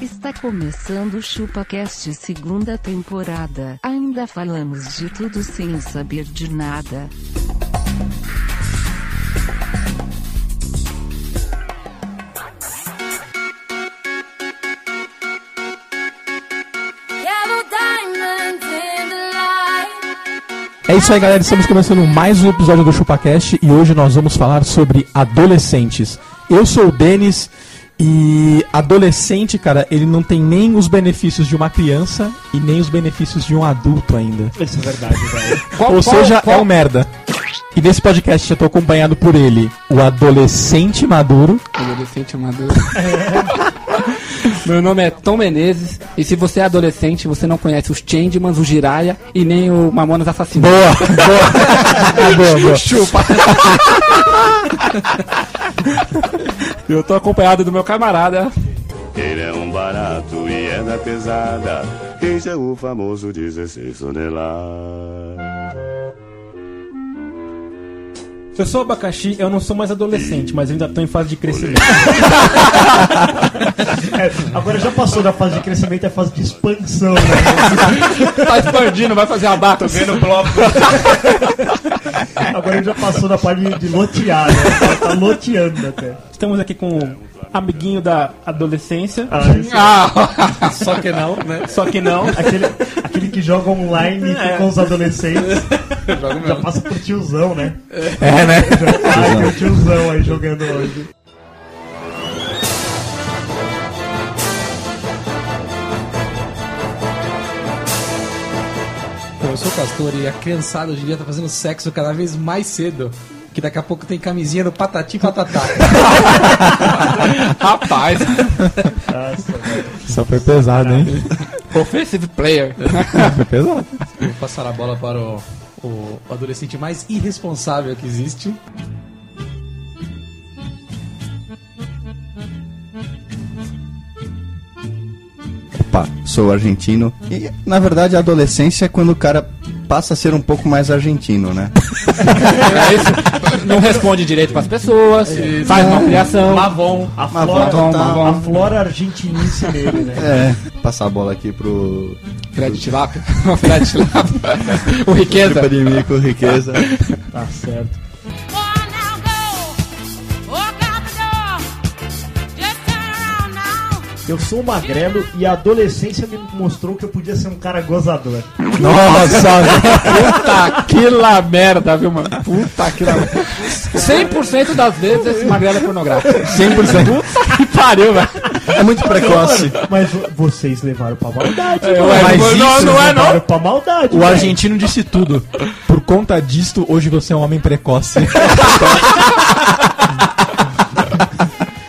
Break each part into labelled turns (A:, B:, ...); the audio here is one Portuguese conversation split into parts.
A: Está começando o ChupaCast segunda temporada. Ainda falamos de tudo sem saber de nada.
B: É isso aí, galera. Estamos começando mais um episódio do ChupaCast e hoje nós vamos falar sobre adolescentes. Eu sou o Denis e adolescente, cara, ele não tem nem os benefícios de uma criança e nem os benefícios de um adulto ainda.
C: Isso é verdade, velho.
B: Ou seja, é um merda. E nesse podcast eu tô acompanhado por ele, o adolescente maduro.
D: é Adolescente maduro. Meu nome é Tom Menezes e se você é adolescente, você não conhece os Changemans, o Jiraya e nem o Mamonas Assassino.
B: Boa, boa, boa, boa.
D: Chupa! Eu tô acompanhado do meu camarada.
E: Ele é um barato e é da pesada. Esse é o famoso 16 toneladas.
C: Eu sou abacaxi, eu não sou mais adolescente, mas eu ainda tô em fase de crescimento.
F: Agora já passou da fase de crescimento, é a fase de expansão. Né?
D: Tá expandindo, vai fazer abaco.
G: Vendo o bloco.
F: Agora já passou da parte de lotear, né? Tá loteando até.
C: Estamos aqui com o amiguinho da adolescência.
D: Ah,
C: Só que não, né? Só que não.
F: Aquele, aquele que joga online
C: É.
F: com os adolescentes,
D: jogo
F: já
D: mesmo.
F: passa por tiozão, né?
B: É, né?
F: Ai, meu tiozão aí jogando hoje.
H: Bom, eu sou o Castor e a criançada hoje em dia tá fazendo sexo cada vez mais cedo. Que daqui a pouco tem camisinha no patati e patatá.
D: Rapaz,
F: Nossa, velho.
B: Só foi pesado, hein?
D: offensive player.
B: Foi pesado.
H: Vou passar a bola para o, o adolescente mais irresponsável que existe.
I: Opa, sou argentino. E, na verdade, a adolescência é quando o cara passa a ser um pouco mais argentino, né?
D: É isso. Não responde direito pras pessoas, faz uma criação.
H: Mavon.
F: A
I: Mas
F: flora,
I: vamos, tá,
F: a flora argentinice dele, né?
I: É, passar a bola aqui pro...
D: Filé de tilápia. Uma filé de tilápia. O riqueza.
I: Tripa de mico, riqueza.
F: Tá certo. Eu sou magrelo e a adolescência me mostrou que eu podia ser um cara gozador.
B: Nossa,
D: Puta que la merda, viu, mano? Puta que la merda. 100% das vezes esse magrelo é pornográfico.
B: 100%.
D: Puta que pariu, velho.
I: É muito precoce.
F: Mas vo- vocês levaram pra maldade,
D: É,
F: mano.
D: ué,
B: mas
D: não,
B: isso
D: não é, não.
F: Levaram pra maldade, né?
B: O
F: velho.
B: argentino disse tudo. Por conta disto, hoje você é um homem precoce.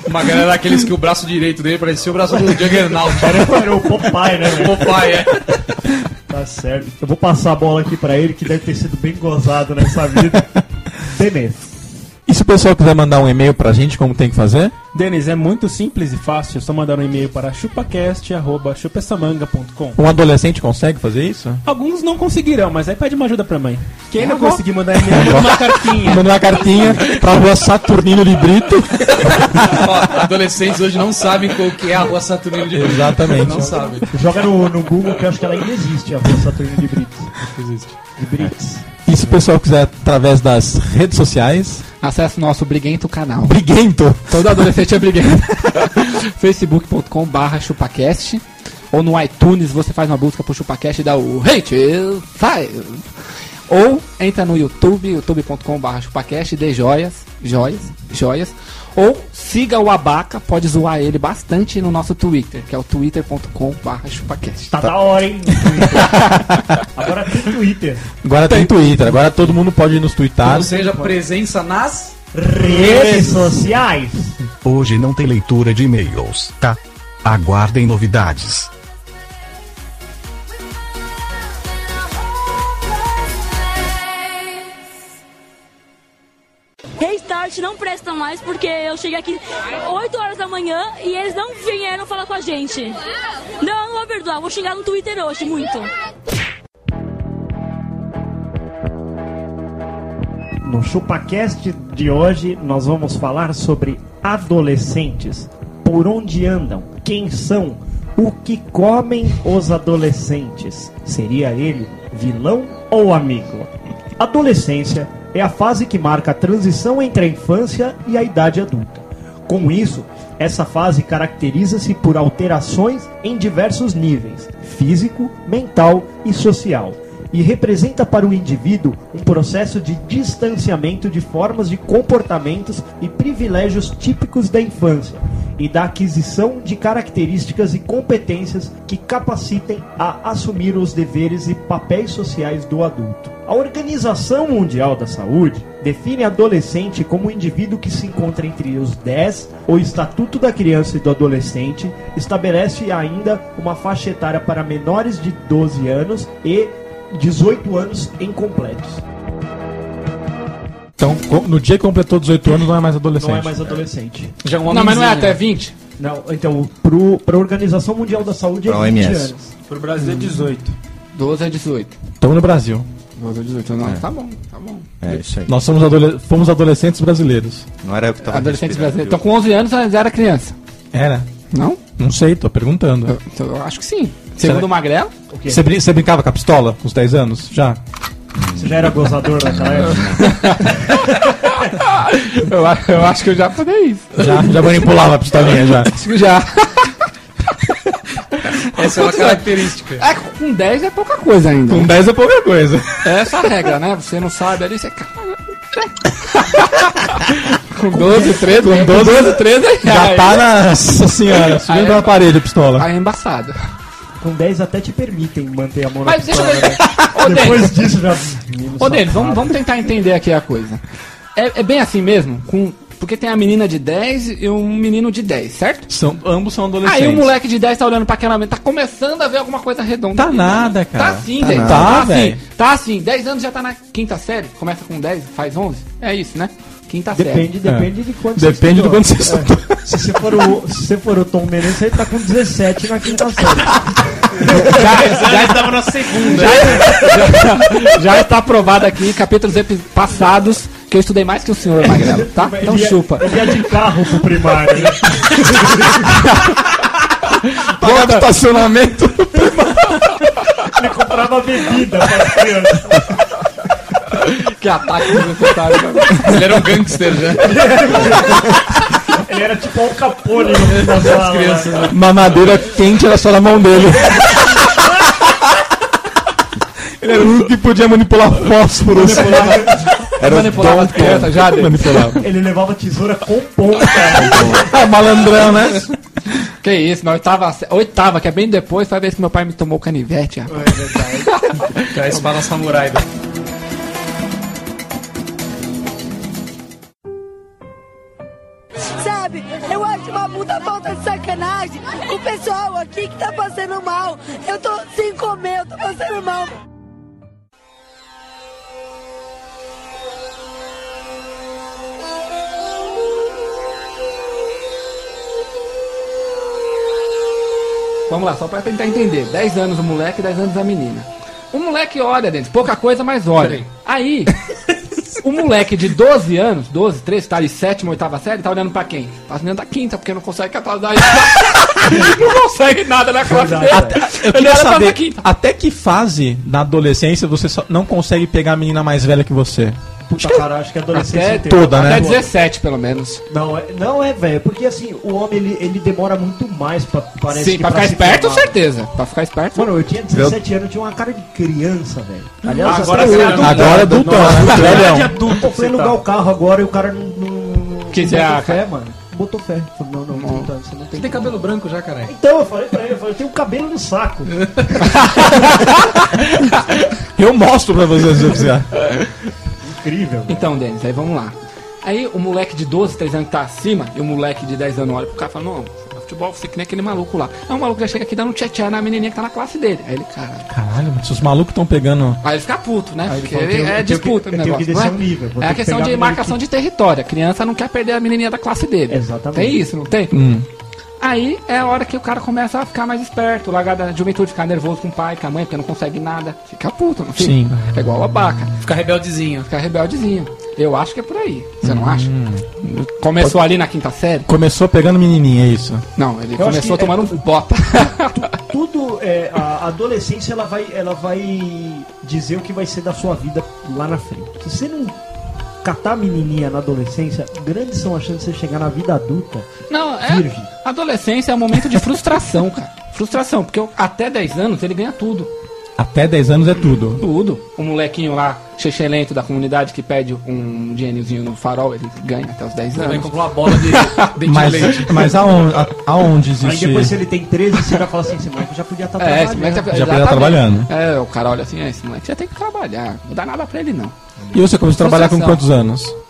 H: Uma galera daqueles que o braço direito dele parecia o braço do Juggernaut.
F: Era o Popeye, né, velho?
H: Popeye, é.
F: Tá certo. Eu vou passar a bola aqui pra ele, que deve ter sido bem gozado nessa vida. Temer.
B: E se o pessoal quiser mandar um e-mail pra gente, como tem que fazer?
C: Denis, é muito simples e fácil. É só mandar um e-mail para chupacast.chupessamanga.com.
B: Um adolescente consegue fazer isso?
C: Alguns não conseguirão, mas aí pede uma ajuda pra mãe. Quem
F: É
C: não conseguir mandar e-mail, manda uma cartinha.
B: Mandou uma cartinha pra rua Saturnino de Brito.
H: Ó, adolescentes hoje não sabem qual que é a rua Saturnino de Brito.
B: Exatamente.
H: Não sabem.
F: Joga no, no Google que eu acho que ela ainda existe, a voz Saturnino de Brits.
H: Existe.
F: De Brits.
B: E se o pessoal quiser através das redes sociais,
D: Acesse o nosso briguento canal.
B: briguento.
D: Todo adolescente é briguento. facebook.com barra chupacast ou no iTunes você faz uma busca pro chupacast e dá o hate five ou entra no YouTube youtube.com barra chupacast e dê joias joias, joias ou siga o Abaca, pode zoar ele bastante no nosso Twitter, que é o twitter.com barra chupacast
F: Tá, da hora, hein? no Twitter. Agora tem Twitter.
B: Agora tem Twitter, agora todo mundo pode ir nos
H: Ou
B: twittar.
H: seja, presença nas...
F: Redes sociais.
E: Hoje não tem leitura de e-mails, tá? Aguardem novidades.
J: Restart não presta mais porque eu cheguei aqui 8 horas da manhã e eles não vieram falar com a gente. Não, não vou perdoar, vou xingar no Twitter hoje muito.
F: No ChupaCast de hoje, nós vamos falar sobre adolescentes. Por onde andam? Quem são? O que comem os adolescentes? Seria ele vilão ou amigo? Adolescência é a fase que marca a transição entre a infância e a idade adulta. Com isso, essa fase caracteriza-se por alterações em diversos níveis físico, mental e social e representa para o indivíduo um processo de distanciamento de formas de comportamentos e privilégios típicos da infância e da aquisição de características e competências que capacitem a assumir os deveres e papéis sociais do adulto. A Organização Mundial da Saúde define adolescente como um indivíduo que se encontra entre os 10, o Estatuto da Criança e do Adolescente estabelece ainda uma faixa etária para menores de 12 anos e 18 anos incompletos.
B: Então, co- no dia que completou 18 anos, não é mais adolescente.
F: Não é mais adolescente.
H: Já um
D: Não, mas não é
H: homenzinho.
D: até 20?
F: Não, então, para a Organização Mundial da Saúde é
I: Pra
F: 20
I: OMS.
F: anos.
C: Pro Brasil é 18.
D: 12 a 18.
B: Então, no Brasil.
D: 12 a 18. Não, tá bom, tá bom.
I: É isso aí.
B: Nós somos adole- fomos adolescentes brasileiros.
I: Não era eu que
F: Ah,
I: tava
D: Adolescentes
I: respirando,
D: brasileiros. Então
I: viu?
D: com 11 anos mas era criança.
B: Era?
D: Não?
B: Não sei, tô perguntando.
D: Eu, eu acho que sim. Segundo o Magrelo.
B: Você brin- você brincava com a pistola com os 10 anos? Já?
F: Você já era gozador naquela época?
D: Eu, a- eu acho que eu já falei isso.
B: Já, já manipulava a pistolinha já.
D: Acho que já.
H: Essa é uma característica.
D: É, com 10 é pouca coisa ainda.
B: Com 10 é pouca coisa.
D: É essa a regra, né? Você não sabe ali, você. com 12, 13, com 12, 13 aí,
B: Já tá na. Nossa senhora, subindo
D: Aí-
B: na parede a pistola.
D: aí é embaçado.
F: Com 10 até te permitem manter a mão na
D: Mas deixa
F: pistola,
D: eu.
F: né?
D: Ô, Denis,
F: Depois disso já.
D: ô, Denis, vamos, vamos tentar entender aqui a coisa. É, é bem assim mesmo? Com, porque tem a menina de 10 e um menino de 10, certo?
B: São, ambos são adolescentes.
D: Aí o moleque de 10 tá olhando pra aquela menina, tá começando a ver alguma coisa redonda. né?
B: Tá nada, cara.
D: Tá sim,
B: Tá
D: Denis.
B: nada.
D: Tá,
B: Tá,
D: assim.
B: velho.
D: Tá assim. 10 anos já tá na quinta série. Começa com 10, faz 11. É isso, né? Quinta série.
F: Depende, É. depende de quanto
B: Depende do
F: estudou.
B: quanto você
D: É.
B: estudou.
F: Se você for o, se você for o Tom Menezes, você tá com 17 na quinta série.
C: Já estava na segunda.
D: Já está aprovado aqui, capítulos epi- passados, que eu estudei mais que o senhor, Magrelo, tá? Então
F: Ele ia-
D: chupa.
F: Ele ia de carro pro primário, né?
B: é
I: Pagar estacionamento.
F: Ele comprava bebida pra criança.
D: Que ataque desnecessário.
H: Ele era um gangster já.
F: Ele era tipo Al Capone no fim da sala. né?
B: Mamadeira quente era só na mão dele. Ele era o único que podia manipular É, tá, fósforos.
I: Era o
D: Manipulava as crianças já, Denis?
B: Manipulava.
F: Ele levava tesoura com ponta.
B: Ah, malandrão, né?
D: Que isso, na oitava, sé- oitava, que é bem depois, foi a vez que meu pai me tomou o canivete, rapaz.
H: Com É a espada samurai. né?
G: Sabe, eu acho uma puta falta de sacanagem com o pessoal aqui que tá passando mal. Eu tô sem comer, eu tô passando mal.
D: Vamos lá, só pra tentar entender. 10 anos o moleque, 10 anos a menina. O moleque olha, Denis, pouca coisa, mas olha. Aí, o moleque de 12 anos, 12, 13, tá ali, sétima, oitava série, tá olhando pra quem? Tá olhando da quinta, porque não consegue atrasar isso. não consegue nada na classe dele.
B: Eu
D: Ele
B: queria
D: olha pra
B: saber
D: quinta.
B: até que fase da adolescência você só não consegue pegar a menina mais velha que você.
F: Puta, cara, acho que a adolescência
D: Até
F: inteira.
B: toda, né?
D: Até 17, pelo menos.
F: Não, é, não é, velho. Porque assim, o homem ele, ele demora muito mais pra parece
D: Sim,
F: que
D: pra ficar
F: se
D: esperto,
F: formar.
D: certeza. Pra ficar esperto.
F: Mano, eu tinha 17 anos, eu tinha uma cara de criança, velho.
D: Ah,
F: Aliás,
C: Agora
F: até
C: você é
F: hoje-
C: adulto.
B: Agora é adultão, né?
C: Verdade,
B: Velhão.
C: adulto.
F: Eu fui alugar o carro agora e o cara não. não
D: Quiser
F: não
D: a-
F: botou fé, mano. Botou fé. Falei, não, não, não, tá, você não tem.
H: Ele tem cabelo branco já, caralho.
F: Então eu falei pra ele, eu falei, eu tenho cabelo no saco.
B: Eu mostro pra vocês se eu quiser.
F: Incrível.
D: Então, Denis, aí vamos lá. Aí o moleque de 12, 13 anos que tá acima, e o moleque de 10 anos olha pro cara e fala, não, futebol, você que nem aquele maluco lá. Aí o maluco já chega aqui dando um tchatchá na menininha que tá na classe dele. Aí ele, caralho.
B: Caralho, mas se os malucos estão pegando.
D: Aí ele fica puto, né?
F: Aí ele
D: Porque
F: fala,
D: ele
F: eu tenho-
D: é
F: eu tenho que-
D: disputa
F: eu
D: o
F: tenho que
D: negócio.
F: descer
D: não é?
F: um nível, vou ter
D: é a
F: que
D: questão
F: pegar
D: de
F: a menina
D: marcação de território. A criança não quer perder a menininha da classe dele.
F: Exatamente. Hum.
D: Tem isso, não tem? Aí é a hora que o cara começa a ficar mais esperto, largar da juventude, ficar nervoso com o pai, com a mãe, porque não consegue nada. Fica puto, não fica?
B: Sim.
D: É igual a abaca.
H: Fica rebeldezinho.
D: Fica rebeldezinho. Eu acho que é por aí. Você
F: Hum.
D: não acha? Começou ali na quinta série?
B: Começou pegando menininha, é isso?
D: Não, ele
F: Eu acho que
D: começou
F: é
D: a tomar um bota.
F: Tudo, é, a adolescência, ela vai, ela vai dizer o que vai ser da sua vida lá na frente. Se você não catar a menininha na adolescência, grandes são as chances de você chegar na vida adulta.
D: Não, é. Adolescência é um momento de frustração, cara. Frustração, porque eu- até 10 anos ele ganha tudo.
B: Até 10 anos é tudo.
D: Tudo. O molequinho lá, lento da comunidade, que pede um dinheirinho no farol, ele ganha até os 10
H: Ele vai
D: anos.
H: comprar uma bola de dente
B: Mas,
H: de leite.
B: mas aonde, a- aonde
F: Aí
B: existe.
F: depois, se ele tem 13, você vai falar assim, esse moleque já podia estar
D: É, esse
F: trabalhando.
D: moleque já,
B: Já podia
D: exatamente.
B: estar trabalhando.
D: É, o cara olha assim, é, esse moleque já tem que trabalhar. Não dá nada pra ele, não.
B: E você começou a trabalhar com
D: Frustração.
B: quantos anos?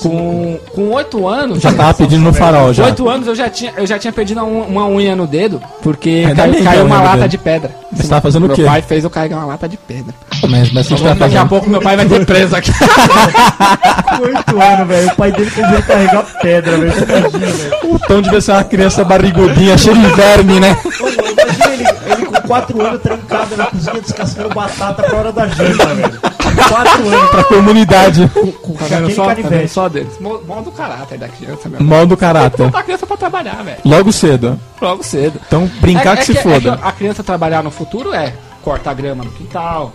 D: Com, com 8 anos.
B: Já tava pedindo no farol já.
D: 8 anos eu já tinha, eu já tinha perdido uma, uma unha no dedo, porque
B: Ainda bem
D: caiu,
B: que
D: caiu
B: a unha
D: uma
B: É, no
D: lata
B: dedo.
D: de pedra.
B: Você tava fazendo o
D: meu
B: quê?
D: pai fez eu carregar uma lata de pedra. um
B: Mas, mas você tá
D: Daqui a
B: fazendo.
D: pouco meu pai vai ter preso aqui.
F: Com 8 anos, velho. O pai dele conseguiu carregar pedra, velho. Você imagina, velho?
B: O Tom devia ser é uma criança barrigudinha, cheia de verme, né?
F: Ô, mano, Imagina ele, ele com 4 anos trancado na cozinha descascando batata pra hora da janta, velho. 4 anos.
B: Pra comunidade.
D: Tá
F: Aquele
D: vendo só, tá
F: canivete.
D: vendo só deles. Mó mó do caráter da criança, meu.
B: Mal do caráter.
D: Botar a criança pra trabalhar, velho.
B: Logo cedo.
D: Logo cedo.
B: Então,
D: É
B: brincar que, se foda.
D: a criança trabalhar no futuro é corta a grama no quintal,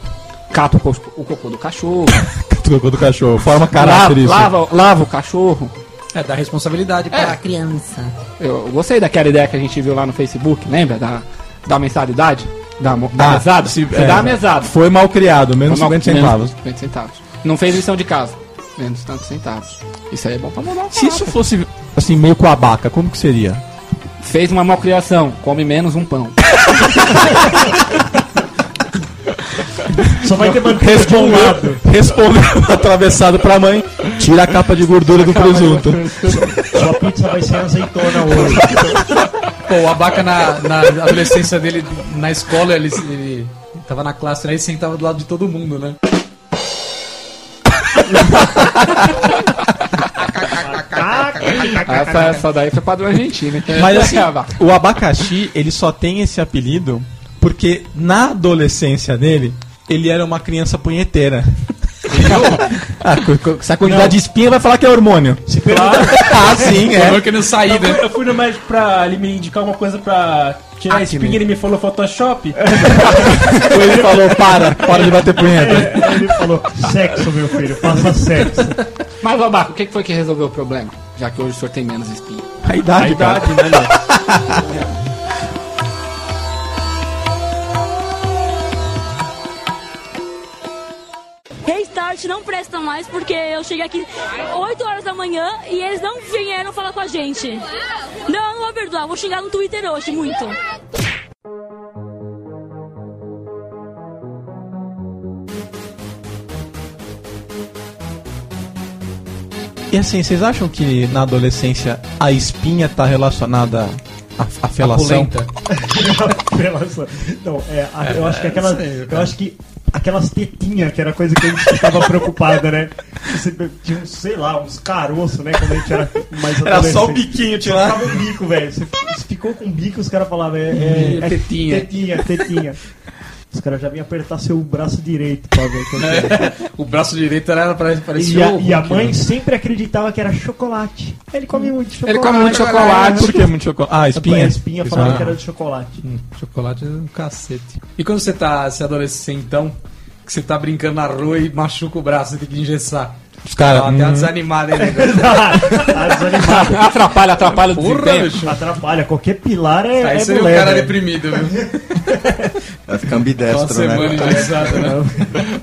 D: cata o, cos- o cocô do cachorro,
B: Trocou do cachorro. Forma
D: lava,
B: caráter isso.
D: lava, lava o cachorro. É.
H: É, dá responsabilidade para a criança.
D: Eu gostei daquela ideia que a gente viu lá no Facebook, lembra? Da, da mensalidade? Da, mo- da
B: Ah,
D: mesada?
B: se-
D: Você
B: é.
D: dá a mesada.
B: Foi mal criado, menos 50 centavos.
D: 50 centavos. Não fez lição de casa. Menos tantos centavos. Isso aí é bom pra mudar o
B: Se isso
D: caráter.
B: fosse, assim, meio com a baca, como que seria?
D: Fez uma malcriação, come menos um pão.
F: Só vai ter manteiga de um lado.
B: Respondeu, respondeu atravessado pra mãe, tira a capa de gordura do presunto.
F: Sua pizza vai ser azeitona hoje.
H: Pô, o Abaca na, na adolescência dele, na escola, ele, ele tava na classe, né? Ele sentava do lado de todo mundo, né?
D: essa, essa daí foi padrão argentino. então hein?
B: Mas assim, o abacaxi, ele só tem esse apelido porque na adolescência dele, ele era uma criança punheteira. ah, co- co- se a quantidade de espinha vai falar que é hormônio.
F: Se perguntar,
B: Ah, sim,
F: É.
H: Tava querendo sair,
C: Eu,
H: né?
C: eu fui no médico pra ele me indicar uma coisa pra tirar a espinha, ele me falou Photoshop.
B: Ele falou, para, para de bater punheta.
F: ele falou: sexo, meu filho, faça sexo.
D: Mas, Babaco, o que que foi que resolveu o problema? Já que hoje o senhor tem menos espinha.
B: A idade, cara.
J: Restart não presta mais porque eu cheguei aqui 8 horas da manhã e eles não vieram falar com a gente. Não, não vou perdoar, vou xingar no Twitter hoje muito.
B: E assim, vocês acham que na adolescência a espinha tá relacionada à, à felação?
H: Pulenta.
F: Apelação. Não, é, a- eu acho que aquela. Eu acho que aquelas tetinhas, que era a coisa que a gente ficava preocupada, né? Você tinha uns, sei lá, uns caroços, né? Quando a gente era mais adolescente.
B: biquinho,
F: Você ficava um bico, velho. Você fi- ficou com um bico, os caras falavam, é, é, é
H: Tetinha.
F: Tetinha, tetinha. Os caras já vinham apertar seu braço direito pra ver. qual que era.
H: O braço direito era pra parecia
F: E a,
H: o
F: e a
H: Hulk,
F: mãe
H: né?
F: sempre acreditava que era chocolate. Ele come muito chocolate.
D: come muito chocolate.
B: Por que muito chocolate? Ah,
F: Espinha. A
B: espinha.
F: É, espinha falava
B: Ah.
F: que era de chocolate.
H: Chocolate é um cacete. E quando você tá se adolescentão, que você tá brincando na rua e machuca o braço, você tem que engessar.
B: Os hum, caras.
H: Dá até
F: hum.
H: uma desanimada aí, né?
F: Ah, desanimado.
D: atrapalha, atrapalha o
H: Porra,
D: desempenho.
H: bicho.
F: Atrapalha, qualquer pilar é.
H: Aí
F: é
H: você vê o
F: mulher,
H: cara
F: velho.
H: deprimido, viu?
I: Vai ficar
H: Uma
I: ambidestro,
H: semana
I: né?
H: engessada, né?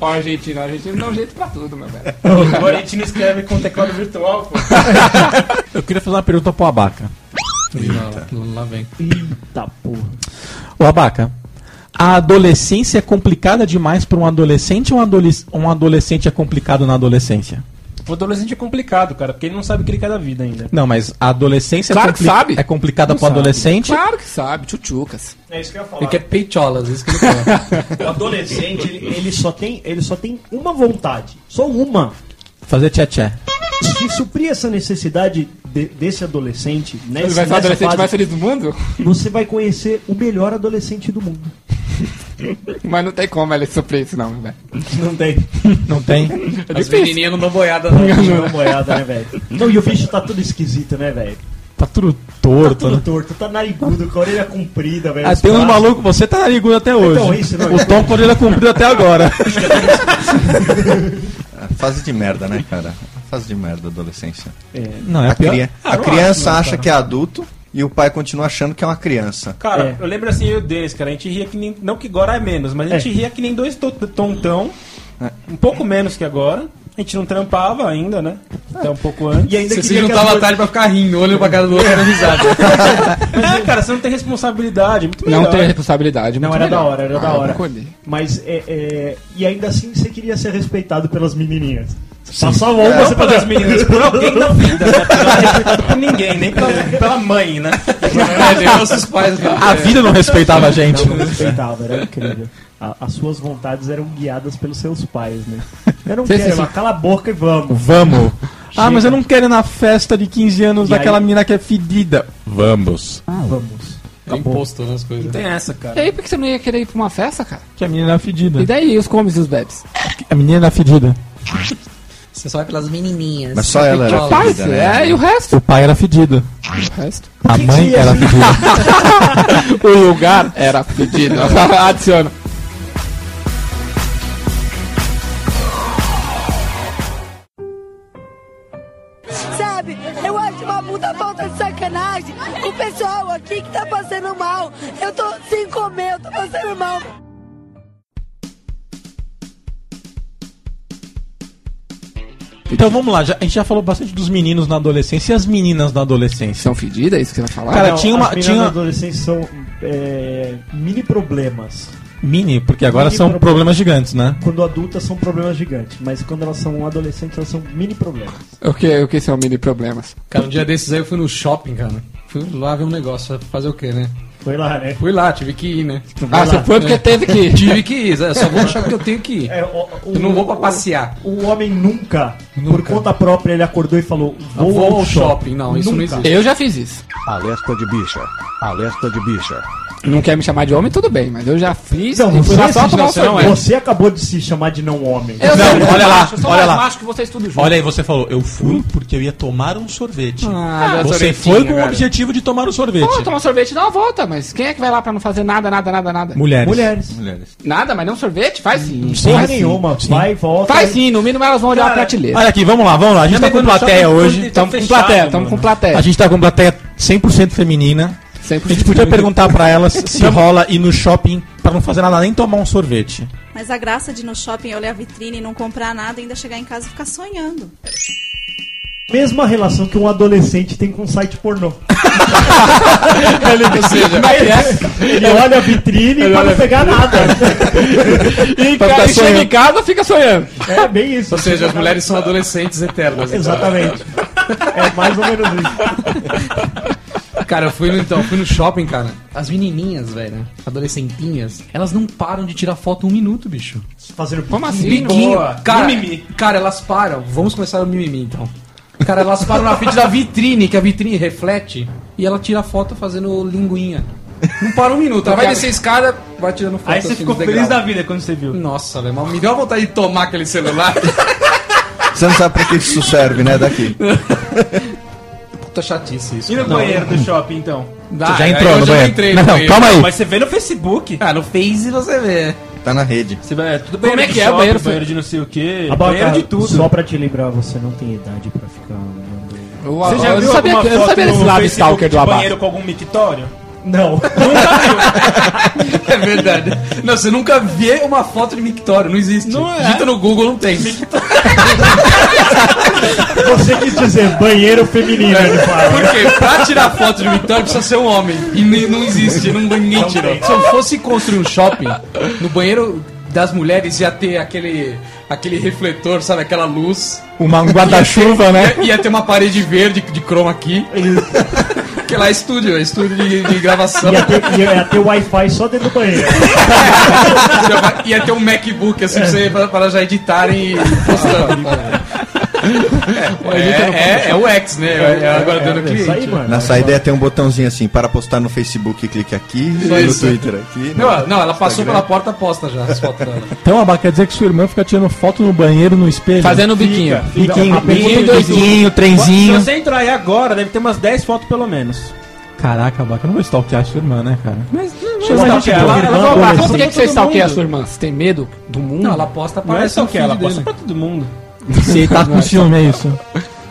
D: Ó, argentino, argentino dá um jeito pra tudo, meu velho.
C: o Argentino escreve com teclado virtual, pô.
B: Eu queria fazer uma pergunta pro Abaca.
H: Lá, lá vem.
F: Eita porra.
B: Ô, Abaca, a adolescência é complicada demais pra um adolescente ou um, adoles- um adolescente é complicado na adolescência?
C: O adolescente é complicado, cara, porque ele não sabe o que ele quer da vida ainda.
B: Não, mas a adolescência
D: Claro
B: é,
D: que sabe.
B: é complicada
D: Não
B: pra um
D: sabe.
B: adolescente?
D: Claro que sabe, tchutchucas.
F: É isso que eu ia falar.
H: Ele quer peitolas, isso que ele quer.
F: O adolescente, ele, ele só tem, ele só tem uma vontade. Só uma.
B: Fazer tchê-tchê.
F: Se suprir essa necessidade de- desse adolescente, nessa,
D: Ele vai ser o
F: nessa
D: adolescente
F: fase,
D: mais feliz do mundo?
F: você vai conhecer o melhor adolescente do mundo.
D: Mas não tem como ela suprir isso, não, velho.
F: Não tem.
B: Não tem?
F: É
H: As
F: difícil.
H: menininhas não dão boiada, não.
F: Não, boiada, né, velho? Não, e o bicho tá tudo esquisito, né, velho?
B: Tá tudo
F: Tá
B: torto,
F: tudo
B: né?
F: torto, tá narigudo, com a orelha comprida, velho.
B: Ah,
F: os
B: tem uns
F: braços.
B: malucos, você tá narigudo até
D: Então,
B: hoje.
F: isso
D: né?
F: não é-
B: o Tom quando ele é cumprido até agora.
I: Fase de merda, né, cara? Fase de merda, adolescência.
F: É.
B: Não, é
I: a,
B: a pior.
I: cria- a criança acha que é adulto e o pai continua achando que é uma criança.
C: Cara,
F: É.
C: eu lembro assim, eu e o Denis, cara, a gente ria que nem. Não que agora é menos, mas a gente
F: É.
C: ria que nem dois to- tontão. Um pouco menos que agora. A gente não trampava ainda, né? Até um pouco antes.
F: E ainda
H: Você se
F: queria que as
H: juntava à
F: mulheres-
H: tarde pra ficar rindo, olhando pra cara do outro, dando risada.
C: É, cara, você não tem responsabilidade. Muito melhor.
D: Não tem responsabilidade.
F: Não,
D: muito
F: era da
D: melhor.
F: hora, era da
D: Ah,
F: hora.
D: encolhi.
F: Mas é, é, E ainda assim você queria ser respeitado pelas menininhas. Passava uma,
C: Não
F: você
C: pelas
F: fazia-
C: meninas, por alguém da vida, né? Porque Não é respeitado por ninguém, nem pela, pela mãe, né?
H: É, nossos pais, cara.
B: A vida não respeitava a gente.
F: Não respeitava, era incrível. A- as suas vontades eram guiadas pelos seus pais, né? Eu não
D: Sim,
F: quero,
D: sim,
F: ela,
D: sim.
F: cala a boca e vamos.
B: Vamos. Ah,
F: Chega.
B: mas eu não quero ir na festa de 15 anos
F: E
B: daquela
F: aí?
B: menina que é fedida. Vamos.
F: Vamos.
H: É imposto né, as coisas.
C: Tem essa,
D: E
C: cara.
D: aí, por que você não ia querer ir pra uma festa, cara?
B: Que a menina é
F: Hum.
B: fedida.
D: E daí, os comes e os bebes?
B: A menina é fedida.
H: Você só vai pelas menininhas.
I: Mas só ela era
D: Rapaz,
I: fedida, né?
D: é, e o resto?
B: O pai era fedido.
D: O resto?
B: A mãe era fedida.
D: O lugar era pedido. Adiciona.
G: Sabe, eu acho uma puta falta de sacanagem com o pessoal aqui que tá passando mal. Eu tô sem comer, eu tô passando mal.
B: Então vamos lá, já- a gente já falou bastante dos meninos na adolescência e as meninas na adolescência.
D: São fedidas, é isso que você vai falar?
B: Cara,
F: Não,
B: tinha uma-
F: As meninas
B: tinha-
F: na adolescência são é, mini problemas.
B: Mini, porque agora
F: Mini
B: são
F: problema.
B: problemas gigantes, né?
F: Quando adultas são problemas gigantes, mas quando elas são adolescentes elas são mini problemas.
D: O que, o que são mini problemas?
H: Cara, um dia desses aí eu fui no shopping, cara. Fui lá ver um negócio, fazer o quê, né?
F: Foi lá, né?
H: Fui lá, tive que ir, né?
D: Ah, você foi porque teve que ir.
H: Tive que ir, é, só vou achar que eu tenho que ir.
F: É, o, o-
H: Eu não vou pra
F: o-
H: passear.
F: O homem nunca, por
H: Nunca.
F: conta própria, ele acordou e falou: Vou,
H: Vou
F: ao
H: ao
F: shopping.
H: shopping. Não, isso não existe.
D: Eu já fiz isso.
E: Alerta de bicha. Alerta de bicha.
D: Não quer me chamar de homem, tudo bem, mas eu já fiz
F: Não,
D: e
F: você,
D: fui lá só
F: se-
D: tomar um
F: você,
D: sorvete.
F: você acabou de se chamar de não homem.
D: Eu
B: Não,
D: sou
B: olha
D: mais
B: lá,
D: macho, eu sou
B: olha
D: mais
B: lá.
D: macho que vocês tudo junto.
B: Olha aí, você falou, eu fui porque eu ia tomar um sorvete.
D: Ah, já
B: você
D: sorvetinho,
B: foi com o
D: cara.
B: objetivo de tomar o sorvete.
D: Pô, tomar um sorvete dá uma volta, mas quem é que vai lá pra não fazer nada, nada, nada, nada?
B: Mulheres.
F: Mulheres.
I: Mulheres.
D: Nada, mas não sorvete? Faz sim.
F: Porra
B: Faz sim,
F: nenhuma.
B: sim.
F: Vai, volta.
D: Faz sim, no mínimo elas vão olhar a prateleira.
B: Olha aqui, vamos lá, vamos lá. A gente
C: Minha
B: tá com
C: mãe no
B: plateia
C: shopping,
B: hoje.
C: tá
D: Tamo com
C: fechado,
D: plateia, tamo
C: mano.
D: com plateia.
B: A gente tá com plateia 100% feminina. A gente podia perguntar pra elas se rola ir no shopping pra não fazer nada, nem tomar um sorvete.
K: Mas a graça de ir no shopping olhar a vitrine e não comprar nada e ainda chegar em casa e ficar sonhando.
F: Mesma relação que um adolescente tem com um site pornô.
D: Ou seja,
F: Ele olha a vitrine pra não pegar nada.
D: e cara, e chega
B: sonhando.
D: em casa, fica sonhando.
F: É bem isso.
H: Ou seja, as mulheres são adolescentes eternas. então.
F: Exatamente. É mais ou menos isso.
H: Cara, eu fui no, então, fui no shopping, cara. As menininhas, velho, né? adolescentinhas, elas não param de tirar foto um minuto, bicho.
F: Fazendo
D: Como assim?
H: Biquinho,
C: boa.
H: cara,
C: Mimimi.
H: cara, elas param. Vamos começar o mimimi, então. Cara, elas param na frente da vitrine, que a vitrine reflete, e ela tira foto fazendo linguinha. Não para um minuto, ela vai descer a escada, vai tirando foto.
C: Aí você
H: assim,
C: ficou
H: dos
C: feliz da
H: degraus.
C: vida quando você viu.
H: Nossa, velho, mas me deu uma vontade de tomar aquele celular.
I: Você não sabe pra que isso serve, né, daqui.
H: Puta chatice isso.
C: E no
H: cara.
C: banheiro do shopping, então?
H: Dá,
B: Já entrou no
H: eu já
B: banheiro.
H: entrei
B: não,
H: no
B: não,
H: banheiro.
B: calma aí.
C: Mas você vê no Facebook.
H: Ah, no Face você vê.
I: Tá na rede.
C: Você vai, é tudo
D: Como
C: banheiro
D: é
C: de
D: que é o
C: shopping,
D: banheiro,
C: Banheiro de não sei o quê.
F: Abaca,
C: banheiro de tudo.
F: Só pra te lembrar, você não tem idade pra ficar andando.
D: Eu,
C: Você já
D: eu
C: viu
D: sabia,
C: alguma
D: eu
C: foto
D: sabia desse
C: no
D: lado
C: Facebook
D: stalker do
C: de
D: Abá.
C: banheiro com algum mictório?
F: Não.
H: É verdade. Não, você nunca vê uma foto de mictório, não existe. Não é. Digita no Google, não tem.
F: Você quis dizer banheiro feminino, ele fala.
H: Porque pra tirar foto de mictório precisa ser um homem. E ni- não existe, não, ninguém tirou. Se eu fosse construir um shopping, no banheiro das mulheres ia ter aquele, aquele refletor, sabe? Aquela luz. É,
B: Uma um guarda-chuva, né?
H: Ia, ia ter uma parede verde de croma aqui. Porque lá é estúdio, é estúdio de, de gravação.
F: Ia ter, ia, ia ter Wi-Fi só dentro do banheiro.
H: Ia ter um MacBook assim pra, você- pra, pra elas já editarem e postando. É, é, é o X, né? É, agora dando cliente.
B: né?
I: Nessa ideia tem um botãozinho assim, para postar no Facebook, clique aqui,
H: Só
I: no
H: isso.
I: Twitter aqui.
H: Não, não, ela passou
I: Instagram.
H: pela porta posta já, as fotos dela.
B: Então, Abá, quer dizer que sua irmã fica tirando foto no banheiro, no espelho?
D: Fazendo biquinho.
B: Biquinho, biquinho, biquinho,
C: Se
B: trenzinho.
C: você entrar aí agora, deve ter umas 10 fotos pelo menos.
B: Caraca, Abá, que eu não vou stalkear sua irmã, né, cara?
C: Mas
B: Sua irmã é gente boa.
D: Ela- ela
B: Irmã,
D: vai lá,
B: adolescente.
D: Por que, que você stalkeia a sua irmã? Você tem medo do mundo?
H: Não, ela posta pra
C: Não é
H: essa
C: só que ela,
H: feed
C: posta
H: dele.
C: pra todo mundo.
B: Você tá com ciúme, é isso?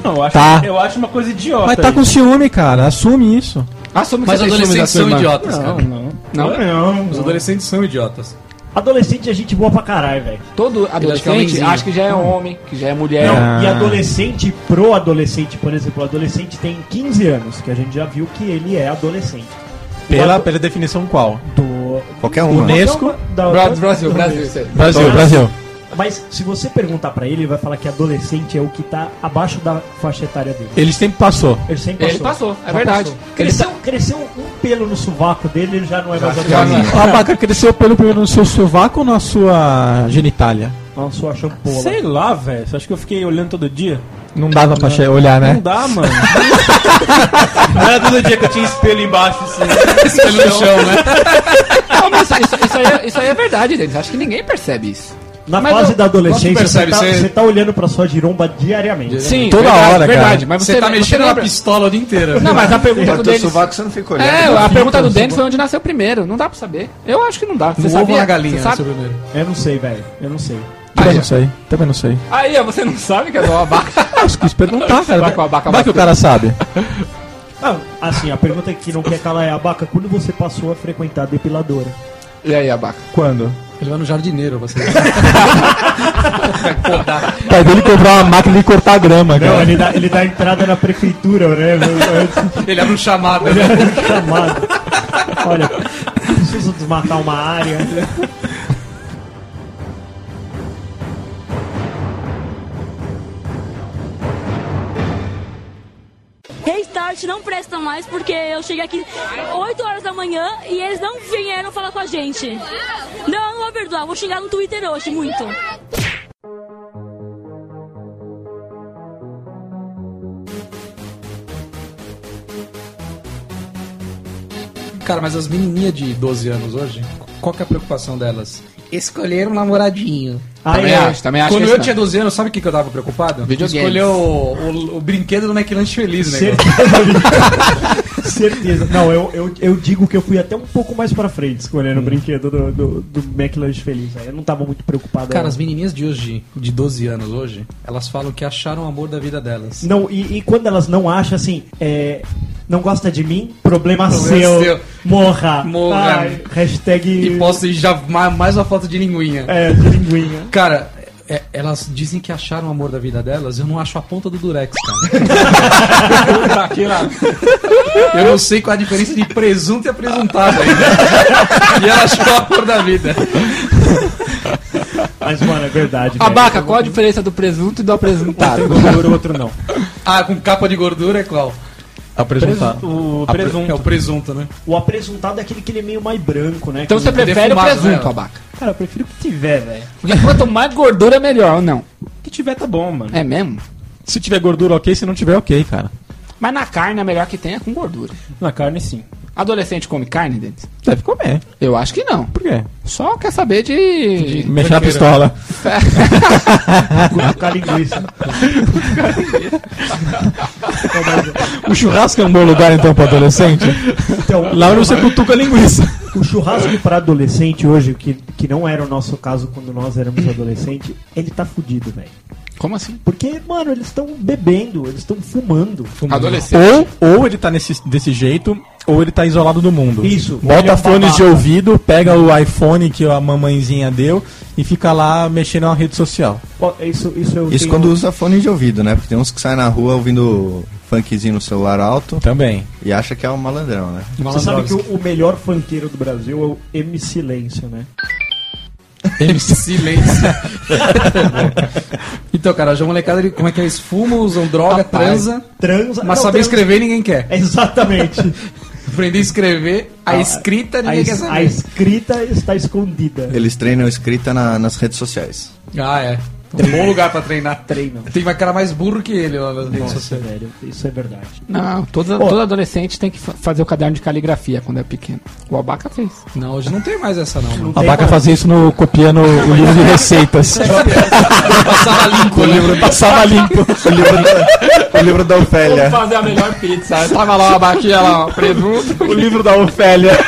C: Não, eu acho,
B: Tá.
C: eu acho uma coisa idiota.
B: Mas tá com ciúme, cara. Assume isso.
D: Assume que
H: Mas
D: você tem ciúmes da
H: adolescentes
D: sua
H: são
D: irmã.
H: idiotas,
C: Não,
H: cara.
C: não.
D: Não?
F: Não,
H: Os adolescentes são idiotas.
F: Adolescente é gente boa pra caralho, velho.
D: Todo
H: acha que é
D: adolescente
H: homenzinho.
D: acha que já é homem, que já é mulher.
B: Ah.
F: Não, e adolescente pro adolescente, por exemplo, o adolescente tem 15 anos, que a gente já viu que ele é adolescente.
B: Pela, pela definição qual?
F: Do.
I: Qualquer uma.
B: Unesco.
F: da-
D: Bra-
F: da-
D: Brasil,
F: do-
D: Brasil. isso aí.
B: Brasil, Brasil.
F: Mas se você perguntar pra ele, ele vai falar que adolescente é o que tá abaixo da faixa etária dele.
B: Ele sempre passou.
F: Ele sempre
D: Ele passou, é
F: Já
D: verdade.
F: passou.
D: Ele
F: Cresceu, cresceu um pelo no sovaco dele, ele já não é mais
I: não
F: adolescente.
B: A vaca cresceu pelo primeiro no seu sovaco ou na sua genitália?
F: Não, sua champola.
C: Sei lá, velho. Você acha que eu fiquei olhando todo dia?
B: Não dava pra che- olhar, né?
C: Não dá, mano. não era todo dia que eu tinha espelho embaixo, assim.
H: Espelho no chão, né?
D: Não, mas isso, isso- isso aí, é- isso aí é verdade, Denis. Acho que ninguém percebe isso.
F: Na
D: Mas
F: fase
D: eu-
F: da adolescência,
H: você percebe,
F: você, tá,
H: você-
F: você tá olhando pra sua giromba diariamente.
D: Sim,
B: Toda
D: verdade,
B: hora, cara.
D: verdade, Mas
H: Você tá mexendo na
D: lembra-
H: pistola o dia inteiro.
D: Não, mas a pergunta
I: Para
D: do
I: teu
D: Denis...
I: sovaco você não fica olhando.
D: É, a pergunta do Denis foi onde nasceu primeiro. Não dá pra saber. Eu acho que não dá. Você
H: No ovo
D: sabia?
H: ou na galinha,
D: Você
H: né,
D: sabe?
H: seu primeiro?
F: Eu não sei, velho. Eu não sei.
B: Também
D: Aí,
B: não sei. Também não sei.
D: Aí, ó, você não sabe que é do abaca.
B: Ah, eu quis perguntar, cara.
D: Vai com a vaca,
B: Vai que o cara sabe.
F: Ah, assim, a pergunta que não quer calar é abaca, quando você passou a frequentar a depiladora?
D: E aí, abaca?
B: Quando?
H: Ele vai no jardineiro,
B: O
H: você.
B: pai dele comprar uma máquina de cortar grama,
F: Não,
B: cara.
F: ele dá, ele dá entrada na prefeitura, né? meu?
H: Ele abre um chamado, né?
F: É Chamado. Olha, preciso desmatar uma área.
J: Restart não presta mais porque eu cheguei aqui 8 horas da manhã e eles não vieram falar com a gente. Não, não vou perdoar, vou xingar no Twitter hoje, muito.
H: Cara, mas as menininhas de 12 anos hoje, qual que é a preocupação delas? Escolher um namoradinho.
D: Também acho, também acho
H: Quando
D: que é
H: eu
D: isso
H: tinha 12 anos, sabe o que, que eu tava preocupado?
D: Videogames.
H: Escolher o, o- o brinquedo do McLanche Feliz, né?
F: Certeza. Não, eu, eu, eu digo que eu fui até um pouco mais pra frente escolhendo o brinquedo do, do, do McLanche Feliz. né? Eu não tava muito preocupado.
H: Cara,
F: não.
H: as menininhas de hoje, de 12 anos hoje, elas falam que acharam o amor da vida delas.
F: Não, e, e quando elas não acham, assim, é, não gosta de mim, problema,
H: Problema
F: seu,
H: seu.
F: morra.
H: Morra.
F: Ai,
C: é.
F: hashtag...
H: E posso já ma- mais uma foto de linguinha.
F: É, de linguinha.
H: Cara, é- elas dizem que acharam o amor da vida delas, eu não acho a ponta do durex, cara. Tá aqui lá. eu não sei qual a diferença de presunto e apresuntado ainda. e ela achou a cor da vida.
F: Mas, mano, é verdade. velho. Um
D: Abaca, qual a diferença do presunto e do apresentado?
C: o outro não.
H: Ah, com capa de gordura é qual?
B: Apresentar.
C: O
H: A pre-
C: presunto.
H: É o presunto, né?
F: O apresuntado é aquele que ele é meio mais branco, né?
D: Então
F: Que-
D: você prefere o
H: defumado,
D: presunto,
H: né?
D: abaca.
F: Cara, eu prefiro que tiver, velho.
D: Porque quanto mais gordura, melhor, ou não?
C: que tiver tá bom, mano.
D: É mesmo?
B: Se tiver gordura, ok. Se não tiver, ok, cara.
D: Mas na carne, a melhor que tem é com gordura.
C: Na carne, sim.
D: Adolescente come carne, Denis?
B: Deve comer.
D: Eu acho que não.
B: Por quê?
D: Só quer saber de...
B: Mexer na pistola.
F: Colocar linguiça.
B: O churrasco é um bom lugar, então, pra adolescente?
F: Então,
B: Lá onde você cutuca a linguiça.
F: o churrasco pra adolescente hoje, que, que não era o nosso caso quando nós éramos adolescente, ele tá fudido, velho.
D: Como assim?
F: Porque, mano, eles estão bebendo, eles estão fumando.
D: Adolescente.
B: Ou, ou ele tá nesse, desse jeito, ou ele tá isolado do mundo.
F: Isso. Ele é
B: Bota
F: um
B: fones de
F: babaca.
B: ouvido, pega o iPhone que a mamãezinha deu e fica lá mexendo na rede social.
F: Ó, Isso, isso eu
I: Isso
F: tenho-
I: quando usa fone de ouvido, né? Porque tem uns que saem na rua ouvindo funkzinho no celular alto
B: Também.
I: e acha que é um malandrão, né?
F: Você sabe que o, o melhor funkeiro do Brasil é o M Silêncio, né?
H: Silêncio. então, cara, já a molecada, ele- como é que é? Eles fumam, usam droga,
D: Rapaz.
H: transa,
F: Transa.
H: mas
F: não,
H: saber
F: transa-
H: escrever ninguém quer.
F: Exatamente.
H: Aprender a escrever, a escrita
F: a,
H: ninguém quer
F: es- a
H: saber.
F: escrita está escondida.
I: Eles treinam escrita na- nas redes sociais.
H: Ah, é. Um bom lugar pra treinar. Treino. Tem uma cara mais burro que ele lá nas redes sociais.
F: Isso é verdade.
D: Não, toda,
H: Ô.
D: todo adolescente tem que fa- fazer o caderno de caligrafia quando é pequeno. O Abaca fez.
H: Não, hoje não tem mais essa não. mano.
B: A Baca fazia isso no, copiando o livro de receitas.
H: Passava limpo,
B: O livro passava limpo.
I: O livro da, o livro da Ofélia.
D: fazer a melhor pizza. Aí Tava lá uma baquinha lá, ó, presunto.
B: O livro da Ofélia.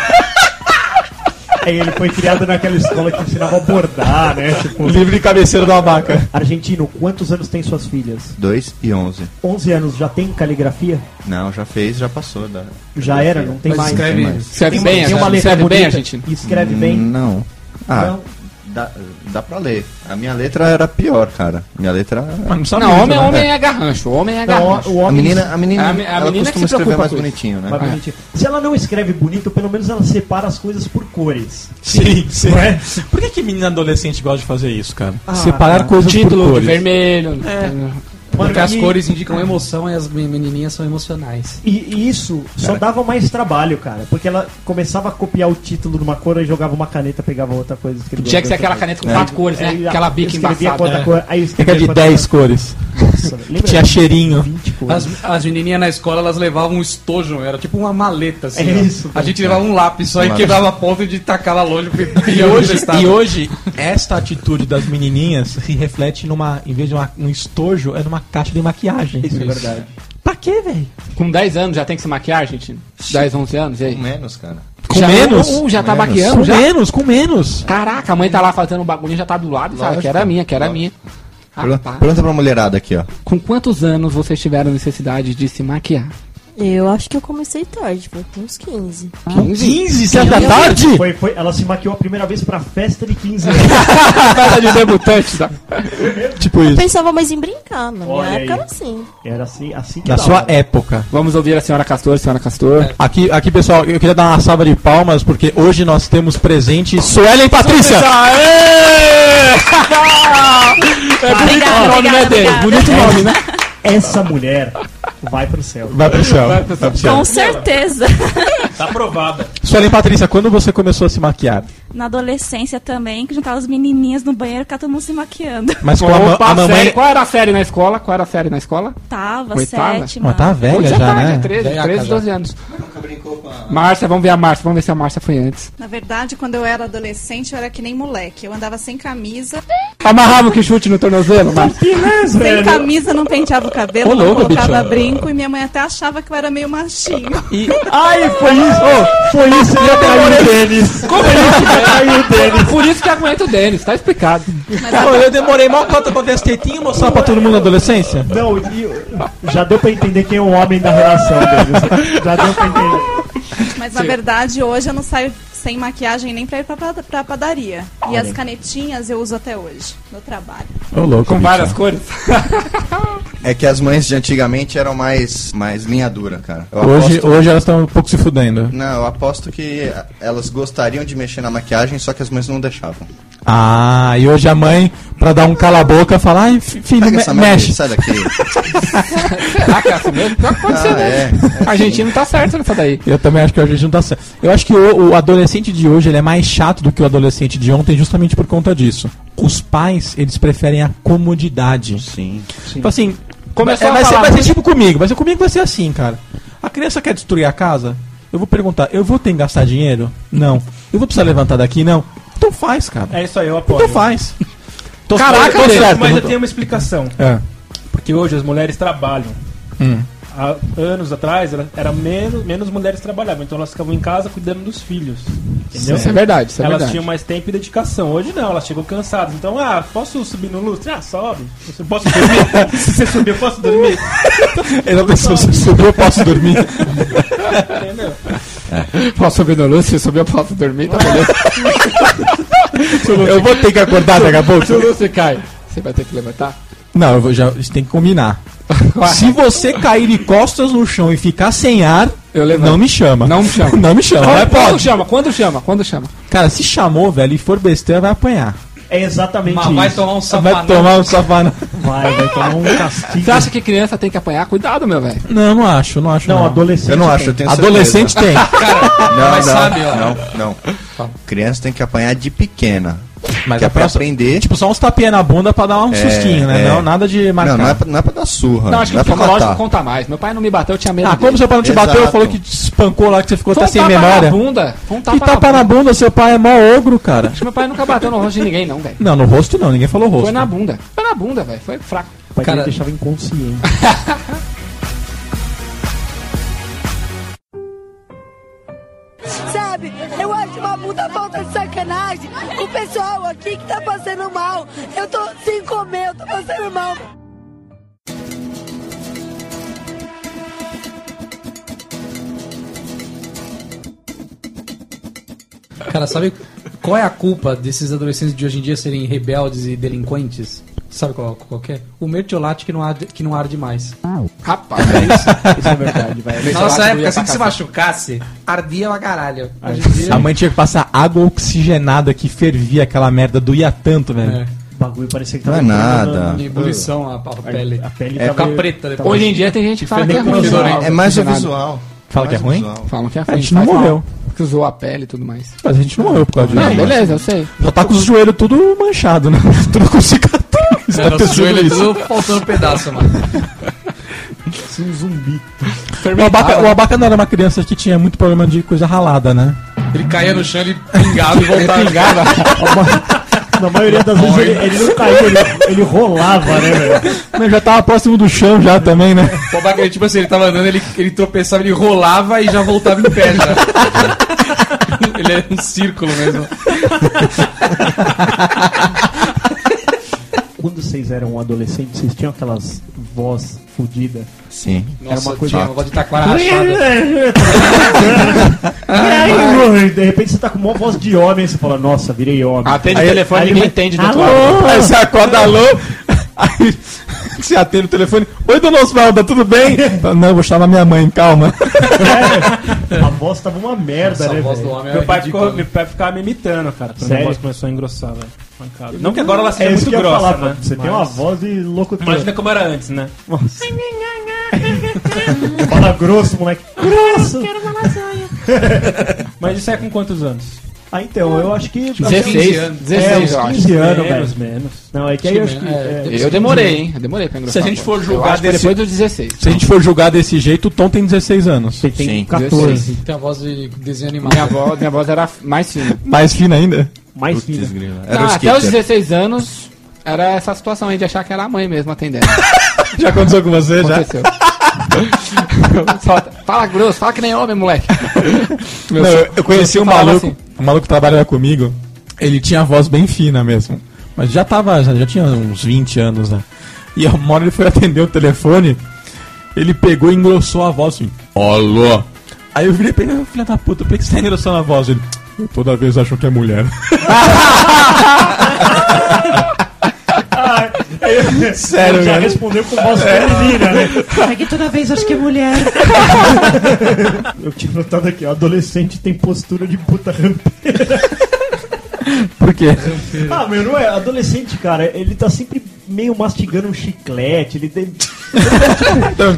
F: Aí ele foi criado naquela escola que ensinava a bordar, né? Tipo,
B: O livro de cabeceiro da Abaca.
F: Argentino, quantos anos tem suas filhas?
I: 2 e 11.
F: 11 anos, já tem caligrafia?
I: Não, já fez, já passou. Da...
F: Já era, não tem
H: Mas
F: mais.
H: escreve-
I: Tem mais.
D: Escreve
F: Tem-
D: bem,
F: tem uma
D: gente.
F: letra
D: Escreve bem,
F: bonita.
D: Argentina.
F: Escreve bem. Então-
I: Não. Ah,
F: Não.
I: Dá, dá pra ler. A minha letra era pior, cara. Minha letra.
D: Não, homem,
L: né?
D: homem é garrancho. Homem é
F: Tá né? Não,
D: garrancho.
F: Então, o é
I: A
F: homem
I: menina, a menina,
D: A me- a
I: ela
D: menina que
I: costuma
D: se preocupa
I: escrever mais
D: com isso.
I: bonitinho, né?
F: Mas
H: É.
F: bonitinho. Se ela não escreve bonito, pelo menos ela separa as coisas por cores.
L: Sim, sim.
F: Não é? Ah,
L: Por que, que menina adolescente gosta de fazer isso, cara?
B: Separar coisas por
D: Título de
B: cores.
D: vermelho.
F: É.
H: Porque
F: Mano,
H: as
F: e-
H: cores indicam emoção e as menininhas são emocionais.
F: E, e isso só dava mais trabalho, cara. Porque ela começava a copiar o título de uma cor e jogava uma caneta, pegava outra coisa. escrevia
D: Tinha que ser
F: outra
D: aquela
F: coisa.
D: caneta com quatro cores, né?
F: Aí,
D: Aquela bica
F: É. escrevia com
D: embaçada.
F: outra
D: né?
F: cor, aí
B: Fica
F: escrevia
B: de
F: com
B: 10
F: outra-
B: cores.
F: Nossa, lembra?
B: Tinha cheirinho.
F: 20 cores.
H: As, as menininhas na escola, elas levavam um estojo, era tipo uma maleta, assim.
F: É
H: ó.
F: isso,
H: a
F: cara.
H: gente levava um lápis só e
I: Lápis.
H: quebrava a ponta de tacar lá longe. porque
L: E
H: ia
L: hoje,
H: onde
L: e
H: estava.
L: hoje, esta atitude das menininhas se reflete numa, em vez de uma- um estojo, é numa caixa de maquiagem.
F: Isso é verdade.
L: Pra quê, velho?
D: Com 10 anos já tem que se maquiar, Argentina? 10, 11 anos, e
I: Com
D: aí?
I: menos, cara.
B: Com
D: já,
B: menos?
D: Um, já tá
I: Com menos.
D: maquiando,
B: com
D: já?
B: menos, com menos.
D: Caraca, a mãe tá lá fazendo um bagulho já tá do lado, sabe?
I: Lógico.
D: Que era minha, que era minha.
I: Pergun-
D: Rapaz.
I: Pergunta pra mulherada aqui, ó.
D: Com quantos anos vocês tiveram necessidade de se maquiar?
M: Eu acho que eu comecei tarde, foi com uns 15.
B: 15, você da tarde?
F: Foi, foi, ela se maquiou a primeira vez pra festa de 15 anos.
D: Festa de debutante, tá?
B: Tipo
M: Eu
B: isso.
M: pensava mais em brincar, na minha
F: Olha aí.
M: época era assim.
F: Era assim, assim que
B: Na
F: dava.
B: sua época.
D: Vamos ouvir a senhora Castor, senhora Castor.
I: É.
B: Aqui, aqui, pessoal, eu queria dar uma salva de palmas, porque hoje nós temos presente Suelen e Patrícia.
D: É bonito
K: Ah,
D: o nome, né, dele? Bonito o nome, né?
F: Essa tá. mulher vai pro céu.
B: Vai pro céu. Vai pro
J: Então,
B: céu.
M: Com certeza.
C: Tá aprovada.
B: Suelen e Patrícia, quando você começou a se maquiar?
K: Na adolescência também, que juntava as menininhas no banheiro, ficar todo mundo se maquiando.
B: Mas com a, ma-
D: Opa,
B: a
D: série.
B: mamãe.
D: Qual era a série na escola? Qual era a série na escola?
K: Tava,
D: Oitava?
K: sétima.
B: Mas tá velha
D: Hoje é
B: já,
D: tarde, é
B: né?
D: 13,
H: Velhaca
D: 13,
H: já.
D: 12 anos. Márcia, vamos ver a Márcia, vamos ver se a Márcia foi antes.
K: Na verdade, quando eu era adolescente, eu era que nem moleque. Eu andava sem camisa.
D: Amarrava o que chute no tornozelo, Márcia.
K: Sem camisa, não penteava o cabelo,
B: Ô,
K: não
B: louco,
K: colocava
B: bicho.
K: brinco. E minha mãe até achava que eu era meio machinho.
B: Ai, foi isso! foi isso! Já caiu o tênis! Caiu o tênis!
D: Por isso que aguenta o Denis, tá explicado.
L: Pô, eu demorei mal conta pra ver as tetinhas e mostrar pra todo mundo na adolescência.
F: Não, e- já deu pra entender quem é o homem da relação deles. Já deu pra entender.
K: Mas na verdade, hoje eu não saio sem maquiagem nem pra ir pra, pra, pra padaria. E as canetinhas eu uso até hoje, no trabalho.
B: Ô, louco,
D: Com
B: bicho.
D: várias cores.
I: É que as mães de antigamente eram mais, mais linha dura, cara. Eu
B: Hoje,
I: aposto-
B: hoje elas estão um pouco se fudendo.
I: Não, eu aposto que elas gostariam de mexer na maquiagem, só que as mães não deixavam.
B: Ah, e hoje a mãe, pra dar um cala-boca, fala: ai, fi- filho,
I: Pega
B: me-
I: essa merda,
B: mexe.
I: sai daqui.
D: Será que é assim mesmo? Pior que pode
I: Ah,
D: ser, né?
I: é.
D: A Argentina tá certo nessa daí.
B: Eu também acho que hoje a gente não tá certo. Eu acho que o, o adolescente de hoje ele é mais chato do que o adolescente de ontem, justamente por conta disso. Os pais, eles preferem a comodidade.
I: Sim.
B: Tipo assim,
D: Começou
B: é,
D: a
B: vai, ser,
D: falar
B: vai ser
D: muito-
B: tipo comigo, vai ser comigo vai ser assim, cara. A criança quer destruir a casa? Eu vou perguntar, eu vou ter que gastar dinheiro? Não. Eu vou precisar levantar daqui? Não. Então faz, cara.
C: É isso aí, eu apoio.
B: então faz. Tô
D: Caraca,
B: tô
D: Deus,
B: certo,
C: Mas
B: não
C: eu
B: tô-
C: tenho uma explicação.
B: É.
C: Porque hoje as mulheres trabalham.
B: Hum.
C: Há anos atrás, era, era menos, menos mulheres trabalhavam. Então elas ficavam em casa cuidando dos filhos. Entendeu?
D: Isso é verdade, isso é
C: elas
D: verdade.
C: tinham mais tempo e dedicação. Hoje não, elas chegam cansadas. Então, ah, posso subir no lustre? Ah, sobe. Eu posso dormir? Se você subir, eu posso dormir?
B: Ele pensou, se subir eu posso dormir.
C: Entendeu?
D: Posso subir no lance? Se eu subir, eu posso dormir, tá beleza?
B: eu vou ter que acordar daqui a pouco.
D: Se o lance cai, você vai ter que levantar?
B: Não, eu vou, já, isso tem que combinar. Se você cair de costas no chão e ficar sem ar,
D: Eu levanto.
B: não me chama.
D: Não me chama.
B: não me chama. Vai,
D: Quando, quando
B: pode.
D: chama? Quando chama? Quando chama?
B: Cara, se chamou, velho, e for besteira, vai apanhar.
F: É exatamente
H: Mas vai
F: isso.
H: tomar um
D: né?
B: Vai
H: safanão.
B: tomar um safanão.
F: Vai, vai tomar um castigo.
D: Você acha que criança tem que apanhar? Cuidado, meu velho.
B: Não, não acho, não acho.
F: Não, adolescente.
I: Eu não acho, eu tenho
B: Adolescente tem.
I: certeza. Não,
H: mas
I: não,
H: sabe, ó.
I: não, não. Criança tem que apanhar de pequena.
B: Mas
I: que é,
B: é
I: pra
B: pra-
I: aprender.
B: Tipo, só uns tapinha na bunda pra dar um
I: É,
B: sustinho, né?
I: é.
B: Não, nada de marcar.
I: Não, não é pra, não é pra dar surra.
D: Não, acho que o
I: não é pra
D: psicológico
I: matar.
D: conta mais. Meu pai não me bateu, eu tinha medo
B: Ah,
D: dele.
B: como seu pai não te bateu,
D: Exato.
B: falou que te espancou lá, que você ficou
D: Foi
B: até
D: um
B: sem
D: tapa
B: memória.
D: na bunda. Foi um tapa
B: que
D: na
B: tapa na bunda, seu pai é mó ogro, cara.
D: Acho que meu pai nunca bateu no rosto de ninguém, não, velho.
B: Não, no rosto não, ninguém falou rosto.
D: Foi na bunda. Foi na bunda, velho. Foi fraco.
F: O pai dele deixava inconsciente.
G: Sabe, eu acho uma puta falta de sacanagem com o pessoal aqui que tá passando mal. Eu tô sem comer, eu tô passando mal.
H: Cara, sabe qual é a culpa desses adolescentes de hoje em dia serem rebeldes e delinquentes? Sabe qual, qual que é? O mertiolate que não arde, que não arde mais.
D: Rapaz,
H: é isso.
D: Isso é verdade, velho.
H: Na nossa época, assim que se machucasse, ardia pra caralho. Hoje em dia-
B: A mãe tinha que passar água oxigenada que fervia aquela merda doía tanto, velho.
H: É.
F: O bagulho parecia que
B: Não
F: tava.
B: é nada.
H: De ebulição a, a pele.
F: A pele
H: é,
F: tava-
H: fica preta
F: tava-
H: depois.
D: Hoje em dia tem gente que fala que é ruim.
I: É mais o visual.
B: Fala que é
I: Mais o
B: ruim?
I: visual.
D: Falam que é
B: A
D: ruim.
B: gente não
D: faz mal,
B: morreu.
D: Que usou a pele e tudo mais.
B: Mas a gente não morreu por causa disso.
D: Não, beleza, eu sei.
B: Já tá com os joelhos tudo manchado, né? Tudo com cicatriz.
H: É,
B: tá
H: nosso
B: pensando
H: joelho é
B: isso.
H: tudo faltando pedaço, mano.
F: Parecia um zumbi.
B: O abaca, o Abaca não era uma criança que tinha muito problema de coisa ralada, né?
H: Ele caía no chão, ele pingava e voltava.
D: Ele pingava.
F: Na maioria das vezes ele, ele não caía, ele, ele rolava, né, velho?
B: Mas já tava próximo do chão já também, né?
H: O babaca, ele, tipo assim, ele tava andando, ele, ele tropeçava, ele rolava e já voltava em pé já. ele era um círculo mesmo.
F: Quando vocês eram adolescentes, vocês tinham aquelas voz fodida.
I: Sim.
F: Era uma
H: Nossa,
F: coisa-
H: tinha um negócio de taquara rachada.
F: Ai, de repente você tá com uma voz de homem, você fala, nossa, virei homem.
D: Atende o telefone,
F: aí ele
D: ninguém
F: vai-
D: entende do outro lado.
F: Alô?
B: Aí você acorda alô, aí você atende o telefone. Oi, dona Osvalda, tudo bem? Fala, Não, eu vou chamar minha mãe, calma.
F: A voz tava uma merda,
H: Essa
F: né,
H: voz do
F: velho?
H: homem é
C: Meu pai,
H: ridícula.
C: ficou, meu pai ficava me imitando, cara, quando
F: Sério?
C: a voz começou a engrossar, velho. Mancada. Não que agora ela seja
F: É isso
C: muito
F: que eu ia
C: grossa,
F: falar,
C: né?
F: Você tem uma
C: Mas-
F: voz de locutor.
C: Imagina como era antes, né?
F: Fala grosso, moleque. Grosso!
C: Mas isso é com quantos anos?
F: Ah, então, eu acho que...
D: 16 anos. 16,
F: é,
D: eu
F: uns
D: acho.
F: 15 anos,
C: Menos,
F: velho.
C: menos.
F: Não, é que aí eu acho que... é,
D: Eu demorei, hein? Eu demorei pra engrossar.
B: Se a gente
D: voz.
B: for
D: Eu
B: julgar
D: acho que foi
B: desse-
D: depois dos 16.
B: Se a gente for julgar desse jeito, o Tom tem 16 anos.
F: Você tem
I: Sim.
F: 14,
H: Tem a voz de desenho animado.
D: Minha voz, minha voz era mais fina.
B: Mais fina ainda.
F: mais
I: Putz,
F: filho.
I: grila.
D: Não,
I: Era o
D: até os
I: Skitter.
D: 16 anos era essa situação aí de achar que era a mãe mesmo atendendo.
B: Já aconteceu com você? Já?
D: Aconteceu. Só- fala grosso, fala que nem homem, moleque.
B: Não, eu, eu conheci um
D: falava
B: maluco,
D: assim.
B: um maluco que trabalhava comigo, ele tinha a voz bem fina mesmo. Mas já tava, já, já tinha uns 20 anos, né? E uma hora ele foi atender o telefone, ele pegou e engrossou a voz assim. Alô! Aí eu virei pra ele, "Ô, filho da puta, por que você tá engrossando a voz? Ele, eu toda vez acho que é mulher. Sério,
F: já
B: velho.
F: respondeu com voz feminina, né? É que toda vez acho que é mulher. Eu tinha notado aqui, ó, adolescente tem postura de puta rampeira.
B: Por quê?
F: Ah, meu, não é? Adolescente, cara, ele tá sempre meio mastigando um chiclete, ele tem.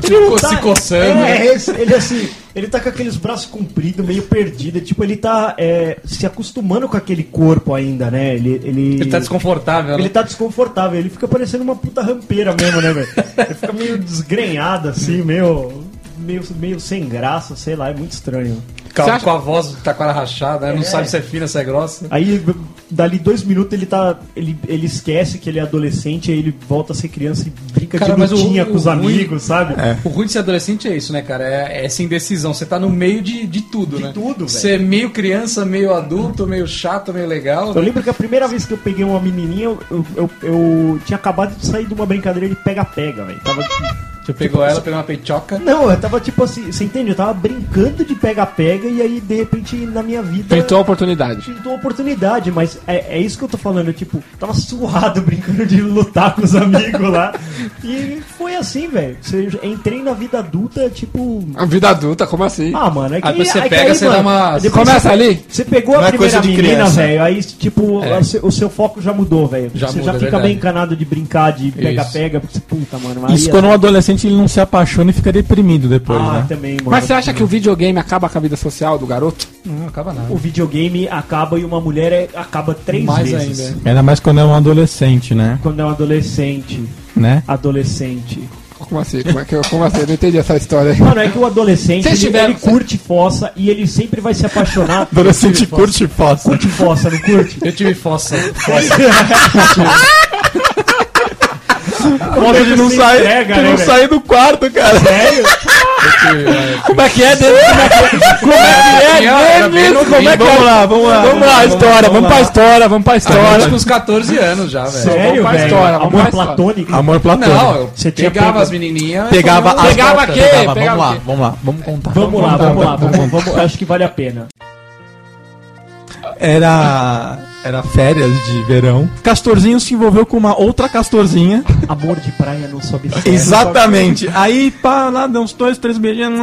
H: Ficou
F: tá-
H: se coçando. né?
F: É, esse- ele assim, ele tá com aqueles braços compridos, meio perdido. é Tipo, ele tá é, se acostumando com aquele corpo ainda, né? Ele. Ele,
H: Ele tá desconfortável,
F: Ele
H: né?
F: tá desconfortável, ele fica parecendo uma puta rampeira mesmo, né, velho? Ele fica meio desgrenhado, assim, meio, meio, meio sem graça, sei lá, é muito estranho.
H: Com a-
D: Você acha-
H: Com a voz de taquara rachada, né? não sabe se é fina, se é grossa.
F: Aí, dali dois minutos, ele tá. Ele, ele esquece que ele é adolescente, aí ele volta a ser criança e brinca
H: Cara,
F: de
H: mas o-
F: lutinha com os
H: o ruim- É.
F: amigos, sabe?
B: É.
H: O ruim de ser adolescente é isso, né, cara? É, é essa indecisão. Você tá no meio de, de tudo,
F: De
H: né?
F: tudo,
H: Você é meio criança, meio adulto, meio chato, meio legal.
F: Eu lembro que a primeira vez que eu peguei uma menininha, eu, eu, eu- eu tinha acabado de sair de uma brincadeira de pega-pega, velho. Tava. tipo,
H: Você pegou ela, pegou uma peitoca.
F: Não, eu tava tipo assim, você entende? Eu tava brincando de pega-pega e aí, de repente, na minha vida.
D: Tentou a oportunidade.
F: Pintou a oportunidade, mas é, é isso que eu tô falando. Eu, tipo, tava suado brincando de lutar com os amigos lá. E foi assim, velho. Você- Entrei na vida adulta, tipo.
D: A vida adulta, como assim?
F: Ah, mano, é que
H: Aí você
F: é que
H: pega, você dá uma-
F: depois
D: Começa
F: você-
D: ali.
F: Você pegou
I: Não
F: a
I: é
F: primeira
I: coisa de
F: menina,
I: criança.
F: velho, aí, tipo, a- se- o seu foco já mudou, velho.
H: Já
F: Você já
H: muda, é
F: fica
H: verdade.
F: bem encanado de brincar, de pega-pega, porque você, puta, mano. é-
B: Isso quando um adolescente adolescente ele não se apaixona e fica deprimido depois,
F: Ah,
B: né?
F: também, mano.
D: Mas você acha que o videogame acaba com a vida social do garoto?
H: Não, acaba nada.
F: O videogame acaba e uma mulher é- acaba três
D: Mais
F: vezes.
D: ainda.
B: Ainda mais quando é um adolescente, né?
F: Quando é um adolescente.
B: Né?
F: Adolescente.
D: Como assim? Como, é que, eu- como assim? Eu não entendi essa história aí.
F: Mano, é que o adolescente
D: Vocês
F: ele,
D: tiveram-
F: ele curte fossa e ele sempre vai se apaixonar.
B: Adolescente curte fossa.
F: Curte fossa, não curte?
H: Eu tive fossa.
B: Fossa de não
F: se
B: sair,
F: entrega,
B: de
F: né,
B: não
F: velho? É.
B: sair do quarto, cara.
F: Sério?
B: Como é que é, Denis? Como é que é,
H: Era bem
B: Denis? Como é que é?
H: novinho.
B: Vamos lá, vamos lá. Vamos lá, história, vamos pra história, vamos pra
H: Eu
B: história.
H: tinha uns 14 anos já, velho.
F: Sério,
H: Vamos pra
F: velho?
H: história, vamos
F: Amor
H: pra história.
F: platônico?
B: Amor platônico.
H: Não, eu
F: Você tinha
H: pegava
F: pego-
H: as menininhas.
B: Pegava
H: as
B: as
H: Pegava
B: fotos,
H: quê?
B: pegava,
H: Pegava
B: Vamos lá,
H: quê?
B: vamos lá, vamos contar.
F: Vamos lá,
B: contar,
F: vamos lá, vamos, vamos. Acho que vale a pena.
B: Era, era férias de verão. Castorzinho se envolveu com uma outra castorzinha.
F: Amor de praia não sobe serra.
B: Exatamente. Aí, pá, lá deu uns dois, três beijinhos.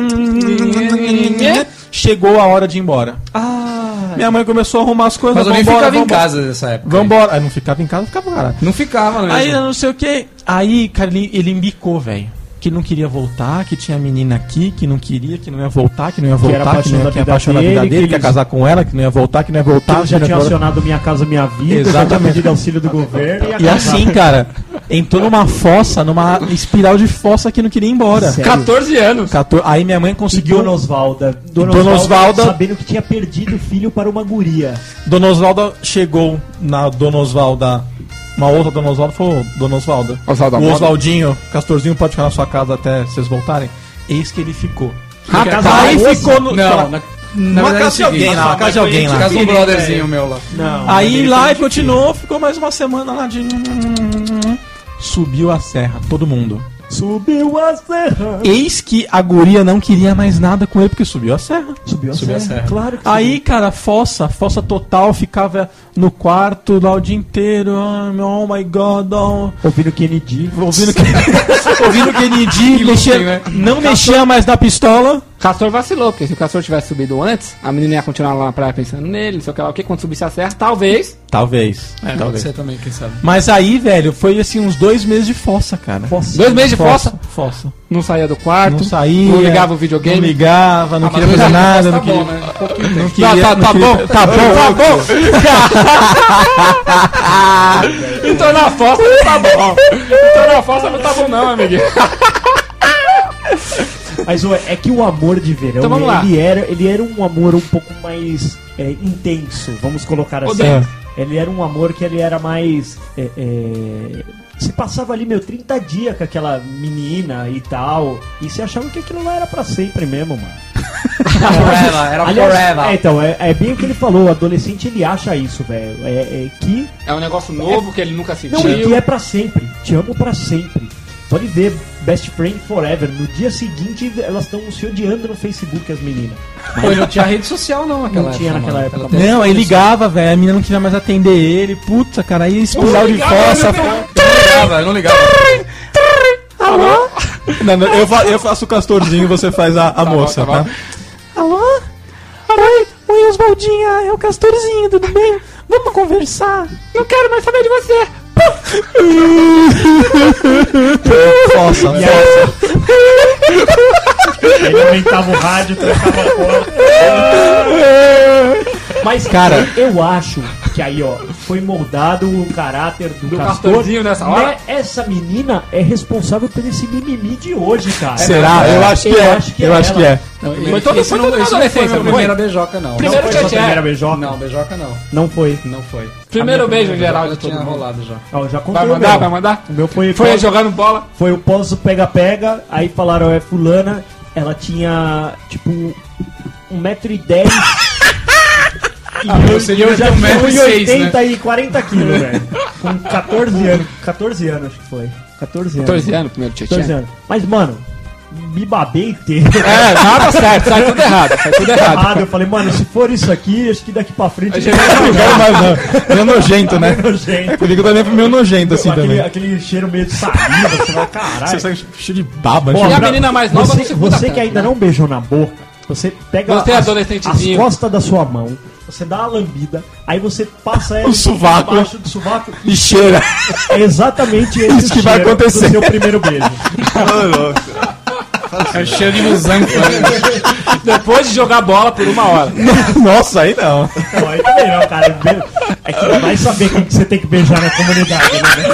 B: Chegou a hora de ir embora.
F: Ah,
B: Minha mãe começou a arrumar as coisas.
H: Mas eu nem
B: vambora,
H: ficava em
B: vambora.
H: casa nessa época.
B: Vambora. Aí não ficava em casa, ficava caralho.
H: Não ficava, né?
B: Aí eu não sei o que. Aí, cara, ele, ele embicou, velho. Que não queria voltar, que tinha menina aqui, que não queria, que não ia voltar, que não ia
F: era
B: voltar, que,
F: paixão
B: não
F: da
B: ia, que ia
F: vida
B: apaixonar a vida
F: dele,
B: dele,
F: que
B: que ia
F: eles-
B: casar com ela, que não ia voltar, que não ia voltar.
F: eu já
B: que não ia
F: tinha
B: voltar.
F: acionado Minha Casa Minha Vida, já
B: Exatamente.
F: tinha pedido auxílio do governo. ia
B: E
F: casar.
B: assim, cara, entrou numa fossa, numa espiral de fossa que não queria ir embora.
F: Sério.
H: 14 anos.
B: 14 Aí minha mãe
F: E
B: conseguiu.
F: Dona Osvalda. Dona,
B: Dona
F: Osvalda
B: Osvalda-
F: sabendo que tinha perdido o filho para uma guria.
B: Dona Osvalda chegou na Dona Osvalda. Uma outra Dona Osvalda falou: Dona Osvalda.
D: Oswaldo
B: o
D: Amado?
B: Oswaldinho, Castorzinho, pode ficar na sua casa até vocês voltarem. Eis que ele ficou.
H: Porque
F: casa
H: tava-
B: Aí ficou no.
H: Não, na, na
B: Uma
H: verdade é o
B: casa de
H: seguinte,
B: alguém lá, uma casa de alguém lá. né?
H: Casa de um
F: Filho,
H: brotherzinho
F: velho.
H: meu lá.
F: Não.
B: Aí lá e continuou, ficou mais uma semana lá de. Subiu a serra, todo mundo.
F: Subiu a serra.
B: Eis que a guria não queria mais nada com ele porque subiu a serra.
F: Subiu a
B: é
H: Subiu a
F: serra.
H: serra.
F: Claro que
B: Aí, cara, fossa, fossa total, ficava no quarto lá o dia inteiro, ah, meu, oh my god, oh,
F: subiu. Ouvindo Kennedy.
B: ouvindo que ouvindo Kennedy, mexia,
H: né?
B: não mexia mais na pistola.
D: Castor vacilou, porque se o Castor tivesse subido antes, a menina ia continuar lá na praia pensando nele, não sei o que lá, o que, quando subisse a serra, talvez.
B: Talvez.
H: É, pode ser também, quem sabe.
B: Mas aí, velho, foi assim uns dois meses de fossa, cara.
F: Fossa.
D: Dois meses de fossa,
B: Fossa.
D: não saía do quarto,
B: Não saía.
D: não ligava o
B: Não
D: videogame. Ah,
B: ligava, não queria fazer nada,
H: tá
B: não queria.
H: né? Um
B: Não queria,
D: né? tá,
B: não
D: tá
B: queria-
D: bom.
B: tá bom, tá bom.
D: Então na fossa não tá bom. Então na fossa não tá bom, não, amiguinho.
F: Mas ué, é que o amor de verão,
D: Então vamos lá.
F: ele, era, ele era um amor um pouco mais é, intenso, vamos colocar assim.
B: Denis.
F: Ele era um amor que ele era mais. é, é, se passava ali, meu, 30 dias com aquela menina e tal. E você achava que aquilo lá era pra sempre mesmo, mano.
H: Forever, era
F: Aliás, é,
H: forever.
F: então, é, é bem o que ele falou, o adolescente ele acha isso, velho. É, é que.
D: É um negócio novo que ele nunca
F: Não,
D: sentiu.
F: e que é pra sempre. Te amo pra sempre. Pode ver, Best Friend Forever. No dia seguinte, elas estão se odiando no Facebook, as meninas.
H: Pô, ele não tinha rede social, não, naquela
F: Não tinha
H: época,
F: naquela
H: mano.
F: época.
H: Ela tem-
B: Não,
D: Tá
B: aí ligava, velho. A menina não queria mais atender ele. Puta, cara, aí espiral de fossa.
H: Eu não ligava, eu não ligava.
B: Não, não, eu, fa- eu faço o castorzinho e você faz a, a moça,
D: bom, tá
B: tá? Alô? Oi, oi, Oswaldinha, é o castorzinho, tudo bem? Vamos conversar? Não quero mais saber de você! Fossa, fossa.
F: Ele aumentava o rádio, trancava a porta. Mas,
B: Cara.
F: eu acho que aí, ó, foi moldado o caráter do,
D: Do
F: Castor.
D: Castorzinho nessa hora?
F: Né? Essa menina é responsável por esse mimimi de hoje, cara.
B: Será? Eu acho que
F: Eu
B: é.
F: acho que
B: Eu
F: é
B: acho que
F: ela.
B: é.
D: Foi todo-
H: Esse
D: foi
H: não-
D: todo na
H: esse não foi
D: adolescência,
H: meu
D: não foi?
H: primeira beijoca, não.
D: Primeiro
F: Foi sua
D: tchê
F: primeira beijoca?
H: Não, beijoca não.
F: Não foi.
H: Não foi.
D: Primeiro beijo geral
H: já
D: de todo
H: tinha
D: mundo.
H: rolado já.
F: Ó, já contei
D: Vai
F: o
D: mandar,
F: meu.
D: vai mandar?
F: O meu foi,
D: Foi
F: foi,
D: jogando bola.
F: o pós do pega-pega, aí falaram, é fulana, ela tinha, tipo, 1,10m. E eu,
H: você
F: e
H: devia
F: eu já
H: ter
F: tinha
H: 1,06,
F: 1,80 e 40 quilos, velho. Com 14 anos. 14 anos, acho que foi. 14 anos.
D: 14 anos, primeiro tchê.
F: 14 anos. Mas, mano, me babei inteiro.
D: É, nada certo, sai tudo errado, sai tudo errado.
F: Errado, eu falei, mano, se for isso aqui, acho que daqui pra frente.
B: Não quero mais, não. Meio nojento, né?
F: Nojento.
B: Por isso que eu também fui meio nojento assim
F: um aquele,
B: também.
F: aquele cheiro meio de saliva, você vai, caralho.
B: Você sai cheio de baba,
F: Ó,
B: cheio
D: E a
F: pra-
D: menina mais nova não
F: você,
D: se cuida
F: você que
D: tanto,
F: ainda
D: né?
F: não beijou na boca, você pega
D: Você é
F: as, as
D: adolescentezinho.
F: costas da sua mão, você dá a lambida, aí você passa ela
B: O sovaco.
F: embaixo do sovaco
B: E cheira.
F: É exatamente esse
B: Isso que vai
F: cheiro
B: acontecer.
F: do seu primeiro beijo.
H: É cheio de musango. Depois de jogar bola por uma hora.
B: Nossa, aí não.
F: Não, aí também não, cara. Be- É que vai saber quem que você tem que beijar na comunidade, né?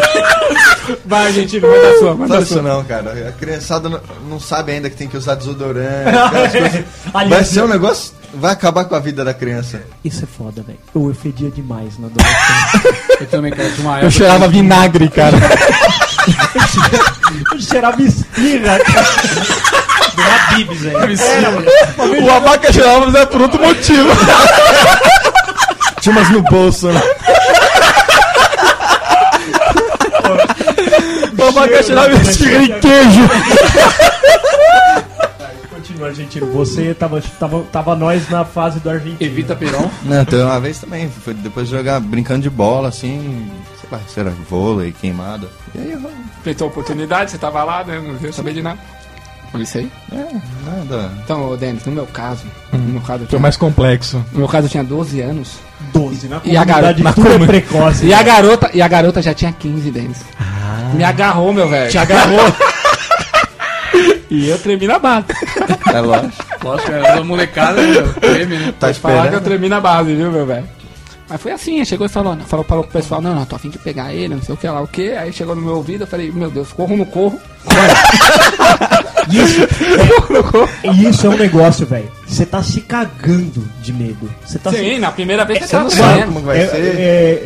H: Vai, gente, vai dar sua, vai
I: Não
H: dar
I: faço
H: sua.
I: não, cara. A criançada não, não sabe ainda que tem que usar desodorante. aquelas coisas.
F: Aliás,
I: vai ser um negócio. Vai acabar com a vida da criança.
F: Isso é foda, velho. Eu fedia demais na adolescência.
H: Eu também, cara, tinha uma
D: É.
H: época
B: Eu cheirava
H: que-
B: vinagre, cara.
F: Eu cheirava espirra, cara. Era bibis, velho.
B: O abaca cheirava, mas era por outro motivo. Tinha umas no bolso, né? O abaca cheirava e cheira em queijo.
F: Continua, argentino. Você tava, tava, tava nós na fase do argentino.
H: Evita Peron.
I: Não, então uma vez também, foi depois de jogar brincando de bola, assim, sei lá, será vôlei, queimada. E aí, eu-
D: Aproveitou a oportunidade, você tava lá, né? Não viu saber de nada. Foi isso aí?
I: É, nada.
D: Então, ô, Denis, no meu caso, no meu caso, eu
B: Foi
D: tinha,
B: mais complexo.
D: no meu caso eu tinha 12 anos.
F: 12, na
D: E a
F: comunidade
D: garota-
F: tudo
D: na
F: é precoce.
D: E a garota, e a garota já tinha 15, Denis. Me agarrou, meu velho.
H: Te agarrou.
D: E eu tremi na base.
I: É lógico.
H: Lógico, era uma molecada, meu, treme, né?
I: Tá
D: Falar que eu
I: esperando.
D: tremi na base, viu, meu velho? Mas foi assim, chegou e falou, falou, falou pro pessoal, não, não, tô afim de pegar ele, não sei o que lá, o que. Aí chegou no meu ouvido, eu falei, meu Deus, corro, não corro.
F: E isso é um negócio, velho. Você tá se cagando de medo. Você tá se
D: Sim, na primeira vez você
I: Você
D: tava
I: não sabe
D: tremendo.
I: como vai
F: é,
I: ser.
F: é,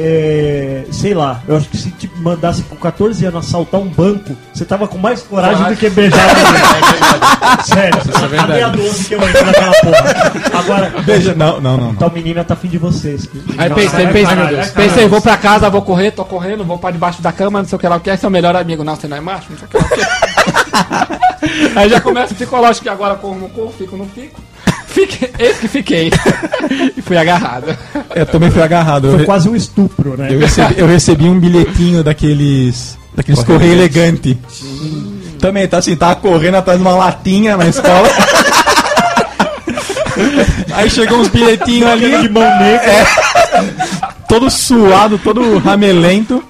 F: é, sei lá, eu acho que se te mandasse com 14 anos assaltar um banco, você tava com mais coragem do que beijar alguém. Sério,
H: Isso é verdade.
F: cadê a 12 que eu entro naquela porra? Agora,
B: Veja, não, não, não. não.
F: tal menina tá afim de vocês.
D: Aí
F: Não,
D: pensei,
F: vai,
D: pensei,
F: vai,
D: meu Deus.
F: vai,
D: Pensei,
F: vai.
D: vou pra casa, vou correr, tô correndo, vou pra debaixo da cama, não sei o que lá o que. é seu melhor amigo, não, você não é macho, não sei o que lá o que. Aí já começa o psicológico, que agora corro, não corro, fico, não fico. Fiquei, eis que fiquei. e fui agarrado.
B: Eu também fui É, agarrado. Eu,
F: Foi
B: re-
F: quase um estupro, né?
B: eu recebi, eu recebi um bilhetinho daqueles. Daqueles correio, elegante. Também, tá assim, tava correndo atrás de uma latinha na escola. Aí chegou uns bilhetinhos ali. É.
F: Aquele de mão negra.
B: todo suado, todo ramelento.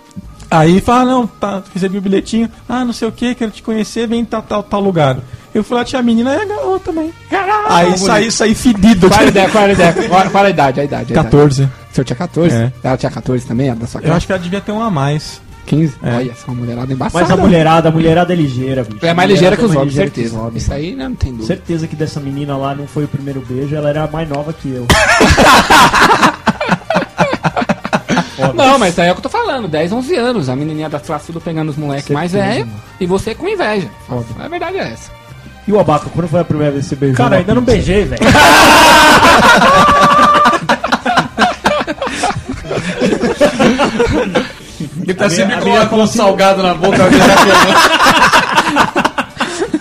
B: Aí fala, não, tá, recebi o bilhetinho, ah, não sei o que, quero te conhecer, vem em tal, tal, tal lugar. Eu fui lá, tinha a menina e a garota também. Aí saí, saí fedido.
D: Qual a ideia, qual a ideia? Qual, qual a idade, a idade? A idade.
B: 14.
D: O senhor tinha 14?
B: É.
D: Ela tinha 14 também, a da sua
B: Eu
D: casa?
B: acho que ela devia ter um a mais.
D: 15?
B: É.
D: Olha, essa mulherada embaçada.
F: Mas a mulherada, a mulherada é ligeira, bicho.
D: Ela é mais ligeira que os
F: é mais
D: homens,
F: ligeira que os
D: certeza.
F: homens.
D: Isso aí né, não tem dúvida.
F: Certeza que dessa menina lá não foi o primeiro beijo, ela era mais nova que eu.
D: Não, mas aí é o que eu tô falando, 10, 11 anos. A menininha da Traçudo pegando os moleques mais velhos e você com inveja. A verdade é essa.
F: E o Abaca, quando foi a primeira vez que você beijou? uma
C: Cara, ainda não
F: pizza?
C: beijei, velho.
H: Ele tá
F: A minha-
H: sempre
F: a
H: com,
F: minha
H: com um salgado na boca. alguém tá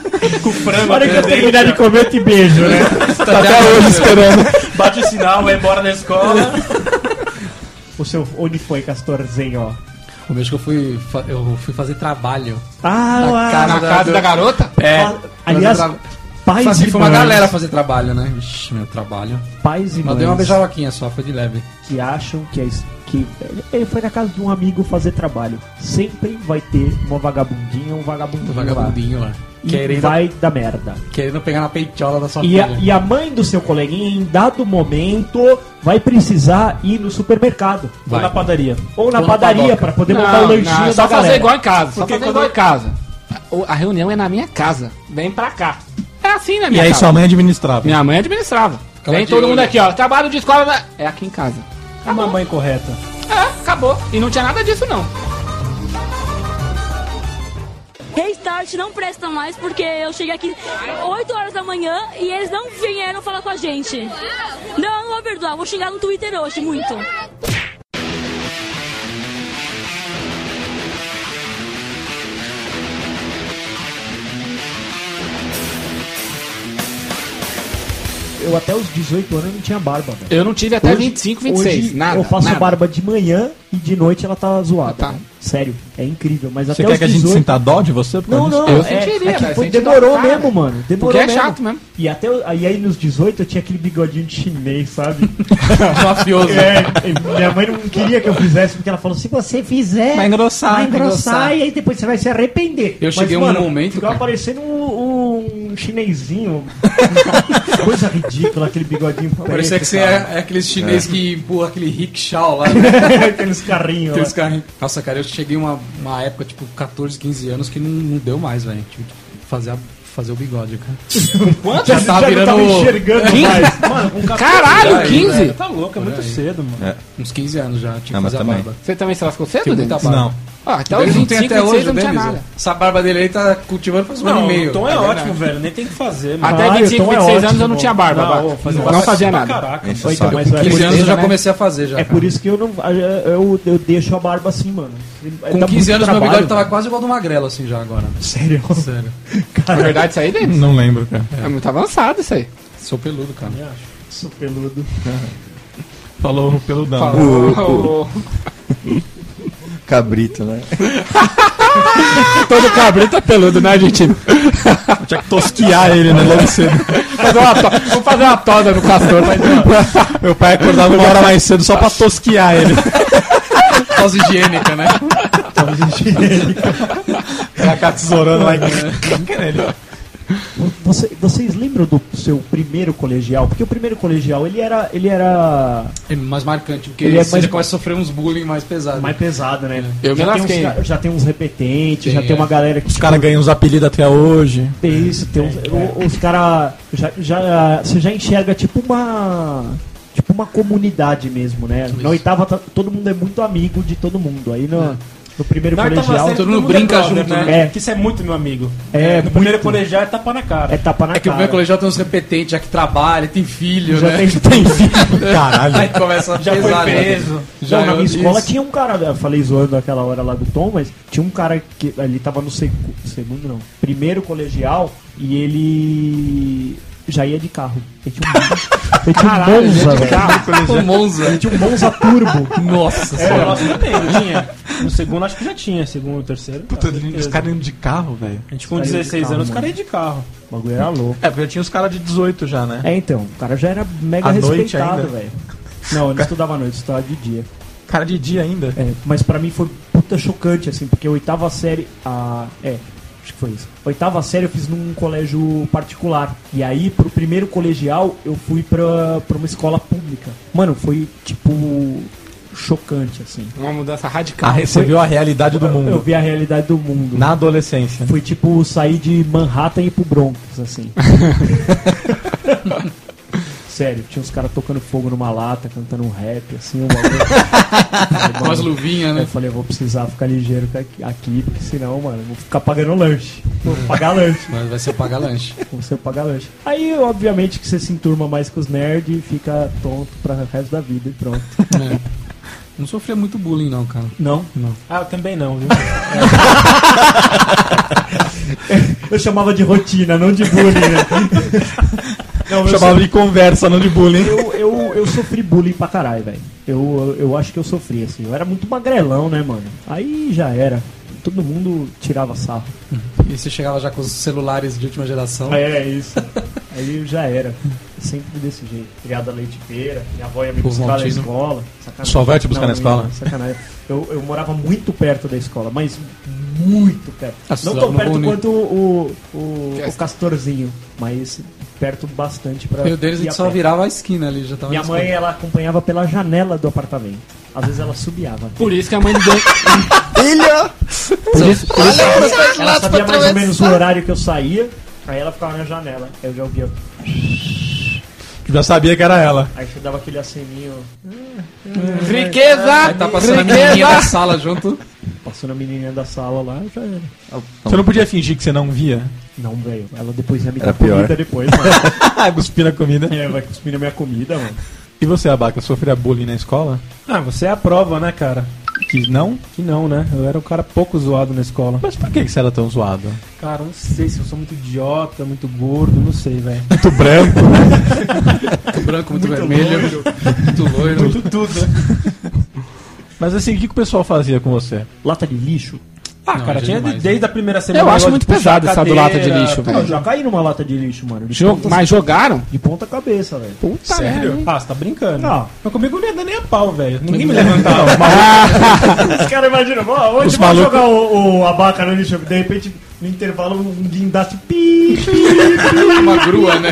H: pegando.
C: Com frango,
F: Na hora que eu terminar de comer, eu te beijo, né?
H: Tá até hoje esperando.
C: bate o sinal, vai embora da escola.
F: O seu, onde foi, Castorzinho, ó?
N: O mês que eu fui, fa- eu fui fazer trabalho.
F: Ah,
H: Tá
F: ah,
D: Na casa da garota?
N: É.
F: ah, aliás,
N: Fazer
F: pais
N: Só
F: e
N: que foi uma
F: mães,
N: galera fazer trabalho, né? Vixe, meu trabalho.
F: pais e
N: Mas dei uma
F: mães
N: beijaloquinha só, foi de leve.
F: que acham que, é, es- que ele foi na casa de um amigo fazer trabalho. Sempre vai ter uma vagabundinha, um
N: Do
F: vagabundinho,
N: vagabundinho lá.
F: lá. E
N: Querendo,
F: vai dar merda.
N: querendo pegar na peitiola da sua
F: E a,
N: filha.
F: e a mãe do seu coleguinha, em dado momento, vai precisar ir no supermercado
N: Vai.
F: ou na padaria. Ou na
N: Ou na
F: padaria,
N: padoca.
F: para poder montar o lanchinho
D: é
F: da
D: só
F: galera.
D: fazer igual em casa. Só
C: Porque
D: fazer
C: quando
D: igual em
C: eu-
D: casa. O- A reunião é na minha casa. Vem pra cá. É assim na
B: E
D: minha
B: aí
D: casa.
B: sua mãe administrava.
D: Minha mãe administrava.
N: Ficava
D: Vem
N: de
D: todo
N: olho.
D: mundo aqui, ó. Trabalho de escola da- é aqui em casa.
F: Uma mãe correta.
D: É, acabou. E não tinha nada disso, não.
J: Restart não presta mais porque eu cheguei aqui 8 horas da manhã e eles não vieram falar com a gente. Não, não vou perdoar, vou xingar no Twitter hoje muito.
F: eu até os 18 anos não tinha barba. velho.
D: Eu não tive até 25, 26,
F: hoje
D: nada,
F: Eu faço
D: nada.
F: barba de manhã e de noite ela tá zoada. velho. Sério, é incrível. Mas até
B: Você quer
F: os
B: que a gente
F: 18
B: sinta dó de você? por
F: Não,
B: causa
F: não,
B: disso?
F: é, é que
D: velho,
F: foi,
D: sente na
F: demorou
D: cara.
F: mesmo, mano. Demorou
D: Porque é chato mesmo.
F: E até o- aí, aí nos 18 eu tinha aquele bigodinho de chinês, sabe?
H: Mafioso.
F: É, e minha mãe não queria que eu fizesse, porque ela falou: se você fizer,
L: Vai engrossar,
F: vai engrossar,
L: vai engrossar.
F: e aí depois você vai se arrepender.
H: Eu cheguei num momento,
F: Ficava
H: cara.
F: parecendo um, um chinesinho. Coisa ridícula, aquele bigodinho.
H: Parecia
F: preto,
H: que você
F: cara.
H: é, é aqueles chinês que empurra aquele rickshaw lá. né?
F: Aqueles carrinhos.
H: Aqueles
F: Aqueles
H: carrinhos. Nossa, cara, eu cheguei uma, uma época, tipo, 14, 15 anos, que não, não deu mais, velho. Tive que fazer, a- fazer o bigode, cara.
C: Quanto?
H: Já tava
C: não
H: tá virando...
C: tava enxergando
H: 15?
C: mais. Mano, com 14
D: Caralho,
C: anos,
D: 15?
C: velho, Tá louco, é muito
H: Por aí.
C: cedo, mano.
H: É. Uns 15 anos já, tinha
D: Ah,
H: que
D: mas
H: fazer a
D: também.
H: barba.
D: Você também, você lascou
H: Tinha
D: cedo,
H: muita
D: Denis?
H: barba.
D: Ah, até
H: Ele
D: os
H: não tem
D: 25,
H: até hoje,
D: 26 não tinha
H: Denis,
D: nada.
H: ó. Essa barba dele aí tá cultivando faz um ano
C: Não,
H: e meio.
C: o tom é,
H: Tá vendo?
C: ótimo, velho. Nem tem o que fazer, mano.
D: Até
C: Ah,
D: 25,
C: o tom é
D: 26 anos
C: ótimo.
D: eu não tinha barba.
C: Não,
D: barba.
C: eu fazia
D: Não,
C: bastante
D: fazia
C: pra
D: nada.
C: Caraca,
I: Enche
F: Ou
I: o
F: então,
I: saco.
F: mas é
H: Com 15
F: por
H: anos eu
F: isso,
H: já
F: né?
H: comecei a fazer já.
F: É por isso que eu não. Eu, eu deixo a barba assim, mano.
H: Com 15 anos meu bigode tava quase igual do magrelo, assim, já agora.
F: Sério?
H: Sério.
D: Na verdade, isso aí, Denis?
B: Não lembro, cara.
D: É muito avançado isso aí.
H: Sou peludo, cara.
F: Sou peludo.
B: Falou pelo dano.
D: Falou.
I: Cabrito, né?
D: Todo cabrito é peludo, né, Argentina?
B: Tinha que tosquiar ele, né? Logo cedo.
D: Fazer uma to- Vamos fazer uma tosa no castor.
B: Meu pai acordava uma hora mais cedo só pra tosquiar ele.
H: Pós higiênica, né?
B: Ela cá tesourando lá.
F: Você- vocês lembram do seu primeiro colegial? Porque o primeiro colegial ele era. Ele era.
H: É mais marcante, porque
F: Ele é
H: você
F: mais-
H: já começa a sofrer uns bullying mais pesados.
F: mais pesado, né?
D: Eu me
F: já, tem uns,
D: lasquei.
F: ca- já tem uns repetentes,
H: Tem,
F: já tem
H: é.
F: uma galera que.
B: Os caras ganham uns apelidos até hoje.
F: Tem isso, tem
H: É.
F: uns, o- os caras. Já, já, você já enxerga tipo uma. Tipo uma comunidade mesmo, né? Na oitava, tá- todo mundo é muito amigo de todo mundo. Aí
H: É.
F: no, no primeiro
C: Na oitava
F: colegial.
C: série,
H: todo mundo brinca junto,
F: né?
C: É. Que isso é muito, meu amigo.
F: É,
C: No primeiro
F: muito.
C: colegial é tapa na cara.
F: É tapa na
H: É que o
F: cara.
H: meu colegial tem uns repetentes, já que trabalha, tem filho,
F: já
H: né?
F: tem
B: Caralho.
H: Aí começa a
C: Já foi
H: pesar, né?
C: preso.
H: Já
F: Não, na
H: eu-
F: minha escola
H: isso.
F: tinha um cara, eu falei zoando aquela hora lá do Tom, mas tinha um cara que ele tava no segu- segundo, não, primeiro colegial e ele já ia de carro. Ele tinha um, ele tinha um Monza, velho.
H: O Monza.
F: Ele tinha um Monza turbo.
H: Nossa
C: É,
H: senhora.
C: nossa, também, não tinha. No segundo acho que já tinha, segundo, terceiro.
B: Puta,
C: tá,
B: os
C: certeza.
B: caras indo de carro, velho.
C: A gente com
F: Saiu de
C: 16
F: carro,
C: anos, os
F: mano.
C: caras iam de carro.
F: O bagulho era louco.
B: É, porque eu tinha os caras de 18 já, né?
F: É, então, o cara já era mega
B: À noite
F: respeitado,
B: ainda?
F: velho. Não, eu não estudava à noite, eu estudava de dia.
B: Cara de dia ainda.
F: É, mas pra mim foi puta chocante, assim, porque a oitava série. A, é, acho que foi isso. A Oitava série eu fiz num colégio particular. E aí, pro primeiro colegial, eu fui pra, pra uma escola pública. Mano, foi tipo. chocante, assim.
D: Uma mudança
B: Ah,
D: radical.
B: você viu a realidade do
F: Eu
B: mundo.
F: vi a realidade do mundo.
B: Uhum. Na adolescência.
F: Foi tipo sair de Manhattan e ir pro Bronx, assim. Sério, tinha uns caras tocando fogo numa lata, cantando um rap, assim, um bagulho.
H: Com as luvinhas,
F: Eu
H: né?
F: falei, eu vou precisar ficar ligeiro com aqui- aqui, porque senão, mano, eu vou ficar pagando lanche. Vou pagar lanche,
H: Mas vai ser pagar lanche.
F: vou ser pagar lanche. Aí, obviamente, que você se enturma mais com os nerds e fica tonto pra resto da vida e pronto.
H: Não sofria muito bullying, não, cara.
F: Não, não.
C: Ah, eu também não, viu?
F: Eu chamava de rotina, não de bullying, né? Não, eu
B: Chamava de conversa, não de bullying.
F: Eu, eu, eu sofri bullying pra caralho, velho. Eu, eu, eu acho que eu sofri, assim. Eu era muito magrelão, né, mano? Aí já era. Todo mundo tirava sarro.
H: E você chegava já com os celulares de última geração.
F: É, isso. Aí já era. Sempre desse jeito. Criada leite feira, minha avó ia me
H: O
F: buscar na
H: Valtinho.
F: escola. Sacanagem.
B: Sua avó ia te buscar
F: Não,
B: na escola?
F: minha- Sacanagem. Eu, eu morava muito perto da escola, mas muito perto.
H: Ah,
F: não
H: estudava
F: tão
H: no
F: perto
H: Boni.
F: quanto o, o, o
D: Fiesta.
F: Castorzinho, mas perto bastante pra.
H: E o deles a
F: ir
H: gente
F: a
H: só
F: pé.
H: virava a esquina ali, já tava
F: Minha
H: na
F: mãe,
H: escola.
F: ela acompanhava pela janela do apartamento. Às vezes ela subiava.
D: Por isso que a mãe do Denis...
I: Filha!
D: Por isso, por isso-
F: Ela sabia mais ou menos o horário que eu saía, aí ela ficava na janela. Aí eu já ouvia.
B: Já sabia que era ela.
F: Aí você dava aquele aceninho,
H: Aí tá
F: é
H: passando a menininha da sala junto.
F: passou na menininha da sala lá, já era.
B: Você não podia fingir que você não via?
F: Não, velho. Ela depois ia me
I: Era
F: dar
I: pior.
F: comida depois, mano.
B: Ah, cuspir na comida.
F: é, vai cuspir na minha comida, mano.
B: E você, Abaca, sofria bullying na escola?
C: Ah, você é a prova, né, cara?
B: Que não?
C: Que não, né? Eu era um cara pouco zoado na escola.
B: Mas por que que você era tão zoado?
C: Cara, eu não sei se eu sou muito idiota, muito gordo, não sei, velho.
B: Muito branco,
C: né?
H: Muito branco, muito, vermelho, muito loiro.
C: Muito tudo.
B: Mas assim, o que, que o pessoal fazia com você?
F: Lata de lixo?
C: Ah,
F: Não,
C: cara,
F: já
C: tinha
F: demais,
C: desde
F: né?
C: a primeira semana.
D: Eu acho
C: negócio
D: muito
C: de puxar
D: pesado essa do lata de
C: cadeira.
D: lixo,
C: Pô,
F: Pô, eu
C: já-
F: já caí numa lata de lixo, mano. De
D: Jog-
F: ponta-
D: mas jogaram?
F: De ponta cabeça, velho.
D: Puta merda.
C: Ah, você tá brincando.
F: Não.
C: Mas comigo não ia dar nem a pau, velho. Ninguém me levantava.
F: Os caras imaginam, ó, hoje
C: Os
F: vamos
C: malucos-
F: jogar o, o abaca no lixo. De repente, no intervalo, um guindaste. Pi, pi, pi.
H: Uma grua, né?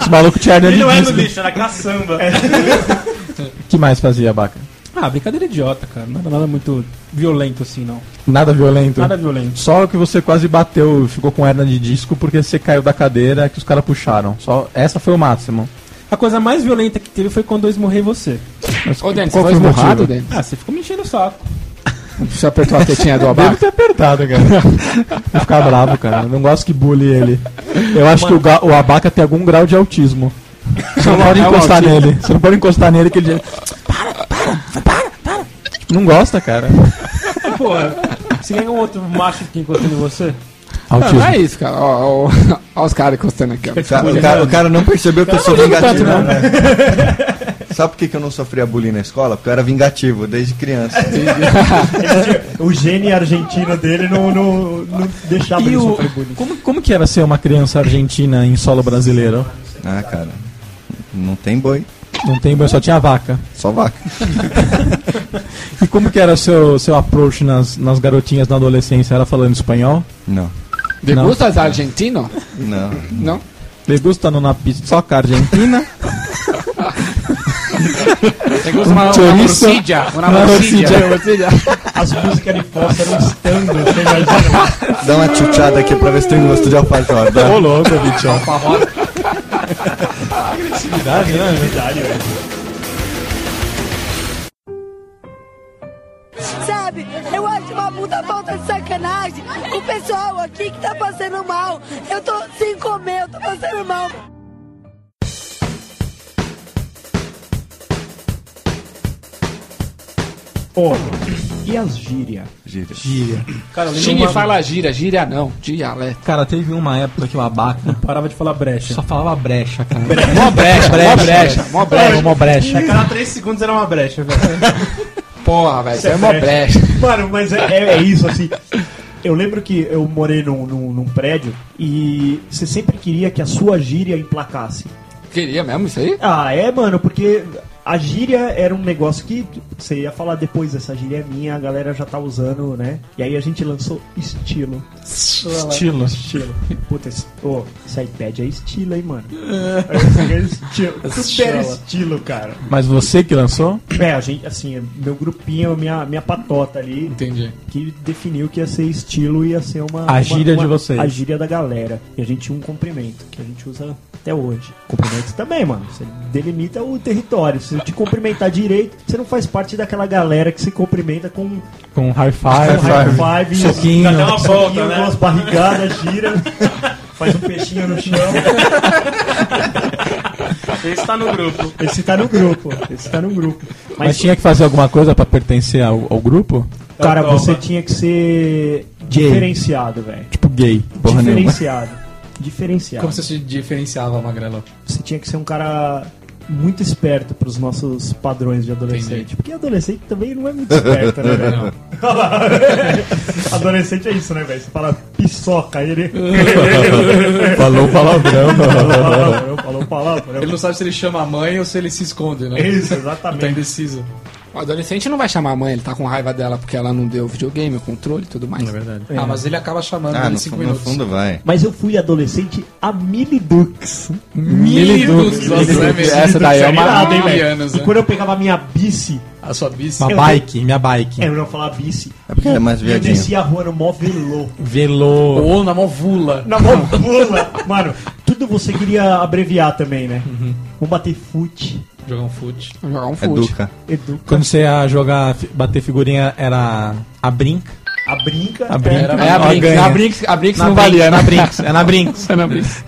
B: Os malucos tinham hernia
C: E
B: de
C: não era no
B: disco.
C: lixo, era caçamba.
B: que mais fazia, Baca?
C: Ah, brincadeira idiota, cara. Não era nada muito violento assim, não.
B: Nada violento?
C: Nada violento.
B: Só que você quase bateu, ficou com hernia de disco porque você caiu da cadeira que os caras puxaram. Só essa foi o máximo.
C: A coisa mais violenta que teve foi quando eu esmurrei você.
B: Mas
D: Ô, Denis,
B: qual
D: você
B: foi o
D: foi esmurrado,
B: motivo?
D: Denis?
C: Ah, você ficou me enchendo o saco.
D: Você apertou a tetinha do
B: Deve
D: abaco?
B: ter apertado, cara. Vou ficar bravo, cara. Eu não gosto que bully ele. Eu acho que o, ga- o abaca tem algum grau de autismo. Você não
D: É um
B: pode encostar
D: autismo.
B: nele. Você não pode encostar nele que ele. já- Para, para, para, para. Não gosta, cara.
C: Porra, É, você ganhou um outro macho que encostou em você?
D: Não,
B: Ah,
D: não é isso, cara. Ó, ó, ó os caras encostando aqui. ó.
I: O cara, o cara- o cara não percebeu que eu sou
D: não liga
I: vingativo.
D: tanto, não.
I: né? Sabe por que que eu não sofria bullying na escola? Porque eu era vingativo desde criança.
F: O gene argentino dele não, não, não deixava
B: E
F: ele
B: o,
F: sofrer bullying.
B: como, como que era ser uma criança argentina em solo brasileiro?
I: Ah, cara. Não tem boi,
B: Não tem boi, só tinha vaca.
I: só vaca.
B: E como que era seu, seu approach nas, nas garotinhas na adolescência? Era falando espanhol?
I: Não.
D: Degustas argentino?
I: Não.
D: Não?
B: Degustando na pizza, só com a argentina.
H: Você
B: Um
H: gosta de uma, uma
B: Chouriço.
H: morcídia? Uma
B: Uma
H: morcídia.
F: As músicas de fossa eram estando, você imagina?
I: Dá uma tchutchada aqui pra ver se tem gosto de alfajor. Tá?
B: louco, Vitinho.
F: Verdade, né? Verdade, velho.
G: Sabe, eu acho uma puta falta de sacanagem o pessoal aqui que tá passando mal. Eu tô sem comer, eu tô passando mal.
F: Ó, e as gíria?
I: Gíria.
B: Gíria.
C: Cara, eu lembro
D: Gíria
C: uma-
D: fala gíria, gíria não, dialeto.
L: Cara, teve uma época que o abaca
C: Parava de falar brecha.
L: só falava brecha, cara.
D: Mó brecha, mó brecha, mó brecha.
B: Uma brecha.
C: A cada 3 segundos era uma brecha, velho.
D: Porra, velho, isso é mó
F: brecha.
D: brecha.
F: Mano, mas é, é- é isso, assim. Eu lembro que eu morei num, num, num prédio e você sempre queria que a sua gíria emplacasse.
D: Queria mesmo isso aí?
F: Ah, é, mano, porque a gíria era um negócio que você ia falar depois, essa gíria é minha, a galera já tá usando, né? E aí a gente lançou estilo.
B: Estilo.
F: Estilo. Puta, esse, ô, esse iPad é estilo, hein, mano? Aí você ganha estilo. Super estilo, cara.
B: Mas você que lançou?
F: É, a gente, assim, meu grupinho, minha, minha patota ali,
N: Entendi.
F: que definiu que ia ser estilo e ia ser uma.
B: A
F: uma-
B: gíria
F: uma-
B: de vocês.
F: A gíria da galera. E a gente tinha um comprimento, que a gente usa até hoje. Cumprimento também, mano. Você delimita o território. Se eu te cumprimentar direito, você não faz parte daquela galera que se cumprimenta com
B: Com high
F: com
B: five. Um
F: high five,
B: Soquinho.
F: dá uma
C: Soquinho,
F: volta, né? duas barrigadas, gira, faz um peixinho no chão.
C: Esse tá no grupo.
F: Esse tá no grupo. Esse tá no grupo.
B: Mas, tinha que fazer alguma coisa pra pertencer ao, ao grupo?
N: Tá
F: Cara,
C: Toma.
F: você tinha que ser
B: Gay.
F: diferenciado, velho.
B: Tipo gay. Porra nenhuma.
F: Diferenciado. Diferenciado.
N: Como você se diferenciava, Magrela?
F: Você tinha que ser um cara muito esperto pros nossos padrões de adolescente.
N: Entendi.
F: Porque adolescente também não é muito esperto, né, velho? Olha lá. né? adolescente é isso, né, velho? Você fala piçoca, aí ele.
B: Falou palavrão.
F: falou, falou um palavrão. né?
N: Ele não sabe se ele chama a mãe ou se ele se esconde, né?
F: É Isso,
N: Tá
F: exatamente.
N: indeciso.
D: O adolescente não vai chamar a mãe, ele tá com raiva dela porque ela não deu o videogame, o controle e tudo mais. É verdade.
N: Ah, mas ele acaba chamando
I: Ah,
N: em
I: no,
N: 5
I: fu- no
N: minutos.
I: fundo vai.
F: Mas eu fui adolescente a Milidux.
N: Militos, nossa,
D: Militos.
N: é mesmo.
D: Essa daí é
F: Milidux
D: uma-
F: irado, hein,
N: nove
F: velho?
N: anos,
F: E
N: né?
F: quando eu pegava a minha bici,
N: A sua bici.
B: Uma bike, minha bike.
F: eu não ia falar bici.
I: É porque era mais
F: Eu
I: viadinho.
F: descia a rua no mó velô.
B: Velô.
N: Ou na mó vula.
F: Na mão pula. Mano, tudo você queria abreviar também, né? Vamos bater fute,
N: Jogar um fute.
D: Vou Jogar um
I: É
D: fute.
I: Duca.
F: educa,
B: Quando você ia jogar, fi- bater figurinha, era a brinca.
F: a brinca.
B: A brinca.
D: É a
B: Ela
D: Brinks,
B: ganha.
L: né?
D: a Brinks, a Brinks
B: Na
D: não
B: Brinks,
D: valia,
B: na
D: né?
B: Brinks. É na Brinks.
D: É na Brinks.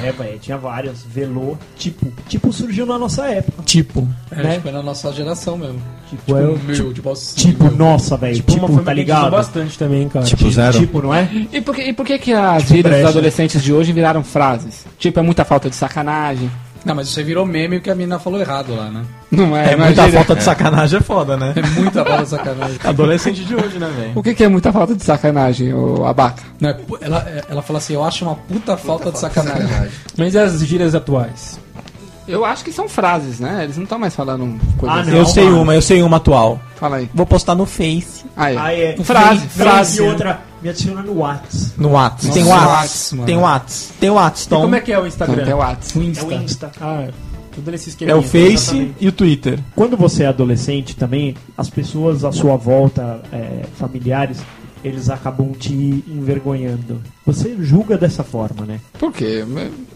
F: É, É, velho, tinha várias. Velô, tipo. Tipo surgiu na nossa época.
L: Tipo.
H: É,
F: né?
H: tipo, é na nossa geração mesmo. Tipo,
F: eu-
H: meu,
F: tipo-
H: tipo,
F: Tipo, nossa, velho. Tipo,
C: uma família
F: tá
C: que
F: ligado?
C: usou bastante também, cara.
I: Tipo zero.
F: Tipo, não é?
D: E por que, e por que, que as
F: Tipo
D: gírias
F: brecha.
D: dos adolescentes de hoje viraram frases? Tipo, é muita falta de sacanagem.
H: Não, mas isso aí virou meme porque a menina falou errado lá, né?
D: Não é,
L: É,
D: não é
L: muita
D: gíria.
L: falta de sacanagem é foda, né?
H: É muita bala de sacanagem.
L: Adolescente de hoje, né, velho?
D: O que, que é muita falta de sacanagem, ô abaca?
H: Não, é pu- ela, ela fala assim, eu acho uma puta, falta de sacanagem.
C: Mas e as gírias atuais?
D: Eu acho que são frases, né? Eles não estão mais falando coisas
F: Ah,
D: assim.
F: não.
L: eu sei uma, eu sei uma atual.
D: Fala aí.
L: Vou postar no Face.
D: Aí.
F: Aí é.
D: Frase,
F: vem, vem,
D: frase.
F: E outra, me adiciona no Whats.
L: No Whats.
D: Nossa,
L: tem
D: no
L: Whats.
D: Whats, mano.
L: Tem Whats. Tem Whats,
C: E
L: então.
C: como é que é o Instagram?
D: Não, tem o Whats.
C: O
F: É
C: Insta.
F: o Insta.
C: Ah, é. Tudo esse esquema.
L: É o Face e o Twitter.
F: Quando você é adolescente também, as pessoas à sua volta, é, familiares, eles acabam te envergonhando. Você julga dessa forma, né?
D: Por quê?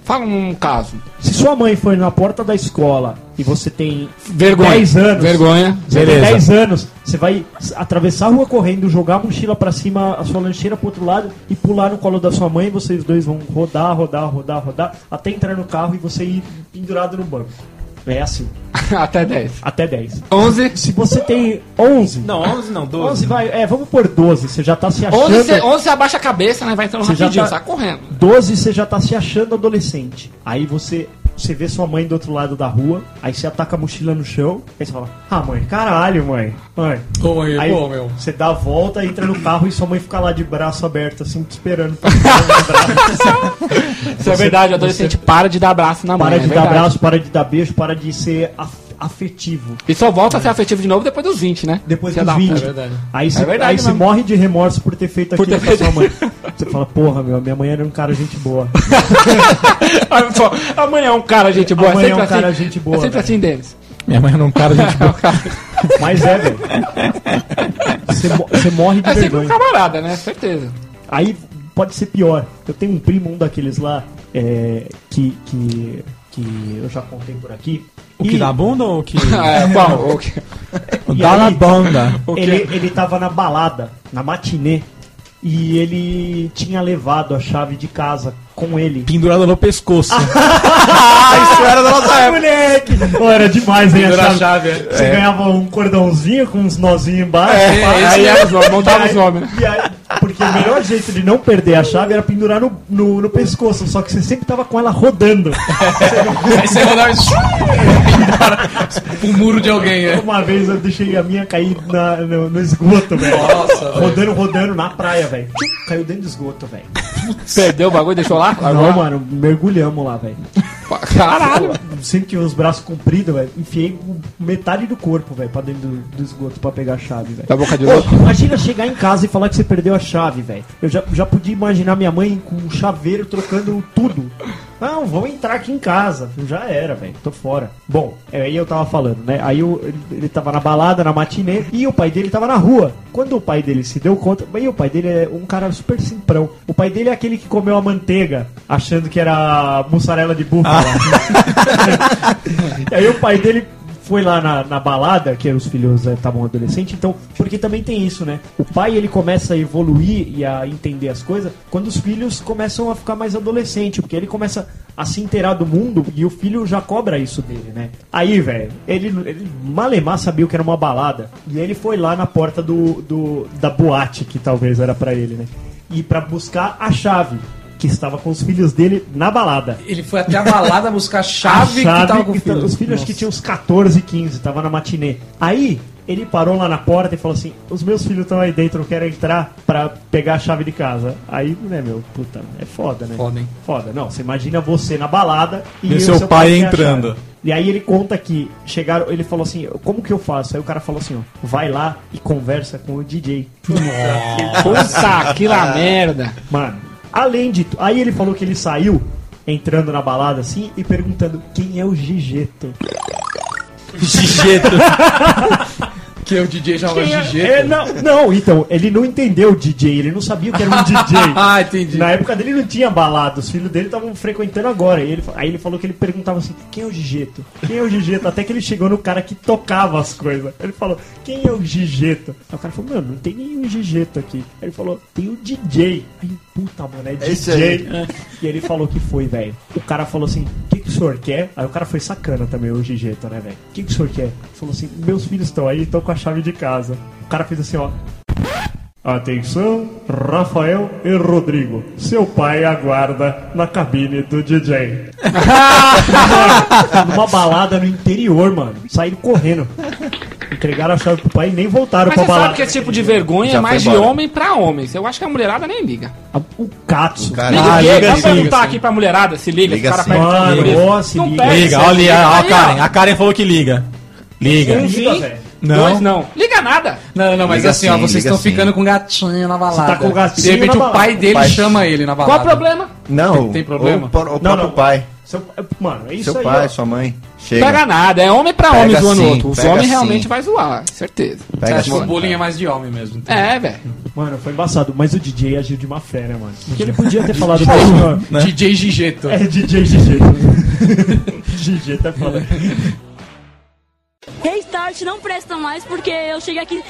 D: Fala um caso.
F: Se sua mãe foi na porta da escola e você tem
D: Vergonha.
F: 10 anos.
D: Vergonha.
F: Você tem
L: Beleza.
F: 10 anos, você vai s- atravessar a rua correndo, jogar a mochila pra cima, a sua lancheira pro outro lado e pular no colo da sua mãe. Vocês dois vão rodar, rodar, rodar, rodar, até entrar no carro e você ir pendurado no banco. É assim,
D: Até 10.
F: até 10.
D: 11.
F: Se você tem 11,
C: Não, 11 não, 12.
F: 11 vai, é, vamos por 12, você já tá se achando.
D: 11 você, 11 você abaixa a cabeça, né? Vai entrando
F: Você já
D: rapidinho,
F: tá-
D: sai correndo.
F: 12 você já tá se achando adolescente. Aí você você vê sua mãe do outro lado da rua, aí você ataca a mochila no chão, aí você fala: "Ah, mãe, caralho, mãe". Mãe.
H: Ô, mãe,
F: Aí
H: pô, meu.
F: você dá a volta, entra no carro e sua mãe fica lá de braço aberto assim, te esperando pra você dar um abraço.
D: Isso é verdade, o adolescente para de dar abraço na é mão.
F: Para de dar abraço, para de dar beijo, para de ser af- afetivo.
D: E só volta a ser afetivo de novo depois dos 20, né?
F: Depois
D: Você
F: dos
D: dá-
F: 20.
D: É verdade.
H: Verdade.
F: Aí você
D: É verdade
F: aí você
D: mesmo.
F: morre de remorso por ter feito aquilo com a sua mãe. Você fala, porra, meu, minha mãe era um cara gente boa.
D: Olha só, Amanhã é um cara, gente boa.
F: Amanhã
D: sempre
F: é um cara,
D: assim,
F: gente boa,
D: É sempre
F: velho.
D: assim, Denis.
L: Minha mãe
B: um
L: não cara, gente. boa.
F: Mas é, velho. Você, mo- você morre de
D: É sempre um
F: vergonha.
D: camarada, né? Certeza.
F: Aí pode ser pior. Eu tenho um primo, um daqueles lá, é, que, que, que eu já contei por aqui.
L: O que
F: E-
L: dá bunda ou o que.
D: Ah, é, qual? O que-
L: O
F: e
L: dá
F: aí-
L: na bunda.
F: Ele, ele tava na balada, na matinê, e ele tinha levado a chave de casa com ele.
L: Pendurada no pescoço.
F: isso era da nossa época. Moleque! Pô, era demais, hein? A chave. Você ganhava um cordãozinho com uns nozinhos embaixo.
H: É,
F: pá,
D: Aí era os homens, montava
F: E aí-
D: os homens, né?
F: e aí- porque o melhor jeito de não perder a chave era pendurar no, no, no pescoço, só que você sempre tava com ela rodando.
H: Aí você rodava e embora pro muro de alguém, né?
F: Uma vez eu deixei a minha cair na- no, no esgoto, velho.
H: Nossa, velho.
F: Rodando, rodando na praia, velho. Tchum, Caiu dentro do esgoto, velho.
D: Perdeu o bagulho, deixou lá?
F: Não, mano, mergulhamos lá, velho.
D: Caralho.
F: Sempre tive os braços compridos, velho. Enfiei metade do corpo, velho, pra dentro do, do esgoto pra pegar a chave, velho.
D: Da Tá boca de
F: Ô,
D: louco.
F: imagina chegar em casa e falar que você perdeu a chave, velho. Eu já, já podia imaginar minha mãe com um chaveiro trocando tudo. Não, vão entrar aqui em casa. Já era, velho. Tô fora. Bom, é, aí eu tava falando, né? Aí eu- ele, ele tava na balada, na matinê, e o pai dele tava na rua. Quando o pai dele se deu conta. Bem, o pai dele é um cara super simprão. O pai dele é aquele que comeu a manteiga, achando que era mussarela de búfala. E aí o pai dele foi lá na, na balada, que os filhos eh, estavam adolescentes, então, porque também tem isso, né? O pai ele começa a evoluir e a entender as coisas quando os filhos começam a ficar mais adolescente, porque ele começa a se inteirar do mundo e o filho já cobra isso dele, né? Aí, velho, ele, ele malemar sabia o que era uma balada e ele foi lá na porta do, do da boate, que talvez era pra ele, né? E pra buscar a chave que estava com os filhos dele na balada
H: Ele foi até a balada buscar a chave, que tava com o
F: que tá-
H: filho.
F: Os filhos acho que
H: Nossa.
F: tinham uns 14, 15, tava na matinê. Aí ele parou lá na porta e falou assim: Os meus filhos estão aí dentro, eu quero entrar pra pegar a chave de casa. Aí, né, meu, puta, é foda, né?
H: Foda, hein?
F: Foda. Não, você imagina você na balada
L: E
F: o
L: seu pai
F: tem a
L: entrando.
F: chave. E aí ele conta que chegaram, ele falou assim: Como que eu faço? Aí o cara falou assim: ó, Vai lá e conversa com o DJ.
D: Puta, que lá merda.
F: Mano, além de. tu- Aí ele falou que ele saiu entrando na balada assim e perguntando quem é o Gigeto.
L: Gigeto.
H: Porque é o DJ já vai
F: Quem
H: GG.
F: é- é, não, não, então, ele não entendeu o DJ, ele não sabia o que era um DJ.
H: Ah, entendi.
F: Na época dele não tinha balada, os filhos dele estavam frequentando agora. E ele, fa- aí ele falou que ele perguntava assim: quem é o Gigeto? Quem é o Gigeto? Até que ele chegou no cara que tocava as coisas. Ele falou: quem é o Gigeto? Aí o cara falou: mano, não tem nenhum Gigeto aqui. Aí ele falou: tem o DJ. Aí, puta, mano, é
I: É isso
F: DJ.
I: aí.
F: E ele falou que foi, velho. O cara falou assim: o que, que o senhor quer? Aí o cara foi sacana também, o Gigeto, né, velho? O que, que o senhor quer? Ele falou assim: meus filhos estão aí, estão com a chave de casa. O cara fez assim: ó. Atenção, Rafael e Rodrigo. Seu pai aguarda na cabine do DJ. Mano, Numa balada no interior, mano. Saíram correndo. Entregaram a chave pro pai e nem voltaram
D: Mas
F: pra
D: você sabe
F: balada.
D: que esse tipo de vergonha
F: Já
D: é
F: foi
D: mais de
F: embora.
D: homem pra homem. Eu acho que a mulherada nem liga.
F: Ah, O Katsu.
D: Liga
B: Ah,
D: o quê? Vamos perguntar aqui pra mulherada se liga.
F: Liga
D: se o
F: sim.
D: cara perde
F: Mano,
D: tempo nisso.
F: ó, se
D: Não
F: liga.
D: perde,
B: Liga,
D: se
B: olha a
D: Aí,
B: Karen. A Karen falou que liga. Liga.
D: Um sim,
B: Não.
D: dois não. Liga nada.
H: Não, não, mas
B: Liga
H: assim, ó,
B: sim,
H: vocês
B: liga
H: estão
B: sim.
H: ficando com gatinho na balada.
B: Você tá com gatinho
H: De repente
B: na
H: o pai
B: balada.
H: dele
B: O pai-
H: chama ele na balada.
D: Qual o problema?
I: Não,
H: Tem problema?
I: o por- o próprio pai.
F: Seu, mano, é
I: Seu pai, sua mãe. Chega.
D: Pega nada, é homem pra
I: Pega
D: homem zoando o
I: sim,
D: outro. Os
I: pega
D: homens
I: sim.
D: realmente vai zoar, certeza.
I: Pega
H: Acho que o
I: sim.
H: bullying é mais de homem mesmo. então.
D: É, velho.
F: Mano, foi embaçado. Mas o DJ agiu de má fé, né, mano? Porque ele podia ter falado pra senhor.
D: né?
H: DJ Gigeto.
F: É DJ Gigeto. DJ tá falando.
J: Restart não presta mais porque eu cheguei aqui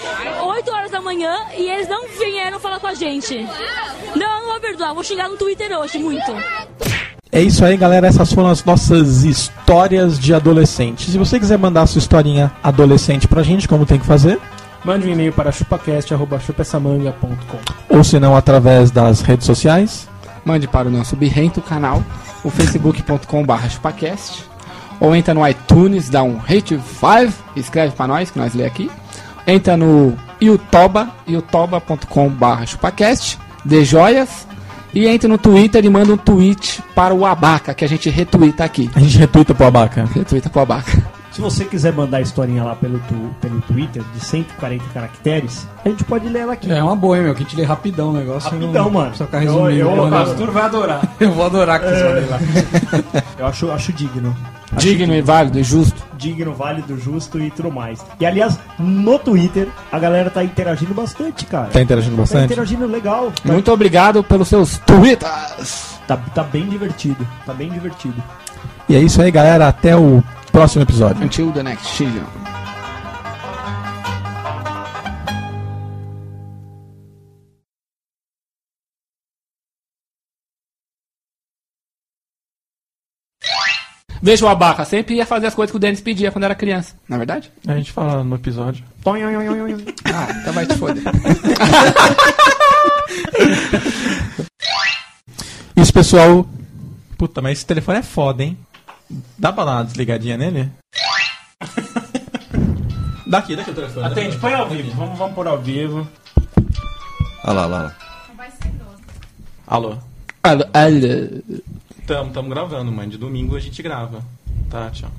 J: 8 horas da manhã e eles não vieram falar com a gente. Não, não vou perdoar, vou xingar no Twitter hoje muito.
B: É isso aí, galera. Essas foram as nossas histórias de adolescente. Se você quiser mandar a sua historinha adolescente pra gente, como tem que fazer,
C: Mande um e-mail para chupacast.chupessamanga.com.
B: ou se não, através das redes sociais.
D: Mande para o nosso birrento canal, o facebook.com.br chupacast, ou entra no iTunes, dá um rate 5, escreve para nós, que nós lê aqui. Entra no youtube, youtube.com.br chupacast, dê joias, e entra no Twitter e manda um tweet para o Abaca, que a gente retuita aqui.
B: A gente retuita pro Abaca.
D: Retuita pro Abaca.
F: Se você quiser mandar a historinha lá pelo, tu- pelo Twitter, de 140 caracteres, a gente pode ler ela aqui.
H: É uma boa, hein, meu? Que te lê rapidão o negócio.
F: Rapidão, mano.
H: Só ficar
F: Eu-
H: resumindo.
F: eu-
H: Vou adorar.
F: pastor
C: vai adorar.
H: Eu vou adorar que vocês vão ler lá.
F: Eu acho, acho digno.
D: Digno e válido e justo.
F: Digno, válido, justo e tudo mais. E aliás, no Twitter, a galera tá interagindo bastante, cara.
B: Tá interagindo
F: Tá
B: bastante?
F: interagindo legal. Tá,
D: Muito obrigado pelos seus tweets.
F: tá, tá bem divertido. Tá bem divertido.
B: E é isso aí, galera. Até o próximo episódio.
D: Until the next season. Veja o Abaca, sempre ia fazer as coisas que o Dennis pedia quando era criança. Na é verdade?
L: A gente fala no episódio.
D: Ah, então vai te foder.
B: Isso, pessoal.
L: Puta, mas esse telefone é foda, hein? Dá pra dar uma desligadinha nele? Daqui, daqui o telefone.
C: Atende, põe ao vivo. Vamos, vamos por ao vivo.
I: Olha lá, olha lá.
L: Alô.
D: Alô, alô.
L: Tamo, tamo gravando, mãe. De domingo a gente grava. Tá, tchau.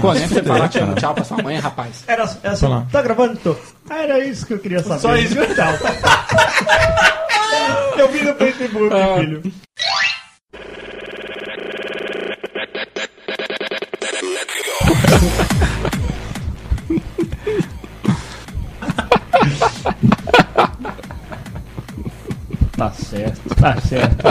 D: Pô, nem pra você
L: Fudeu,
D: falar tchau,
L: cara.
D: tchau pra sua mãe, rapaz.
F: Era, era
L: Vai lá.
F: tá gravando? Tô. Ah, era isso que eu queria saber. Então.
C: Só isso.
F: Tchau. eu vi no Facebook, filho. Tá certo, tá certo.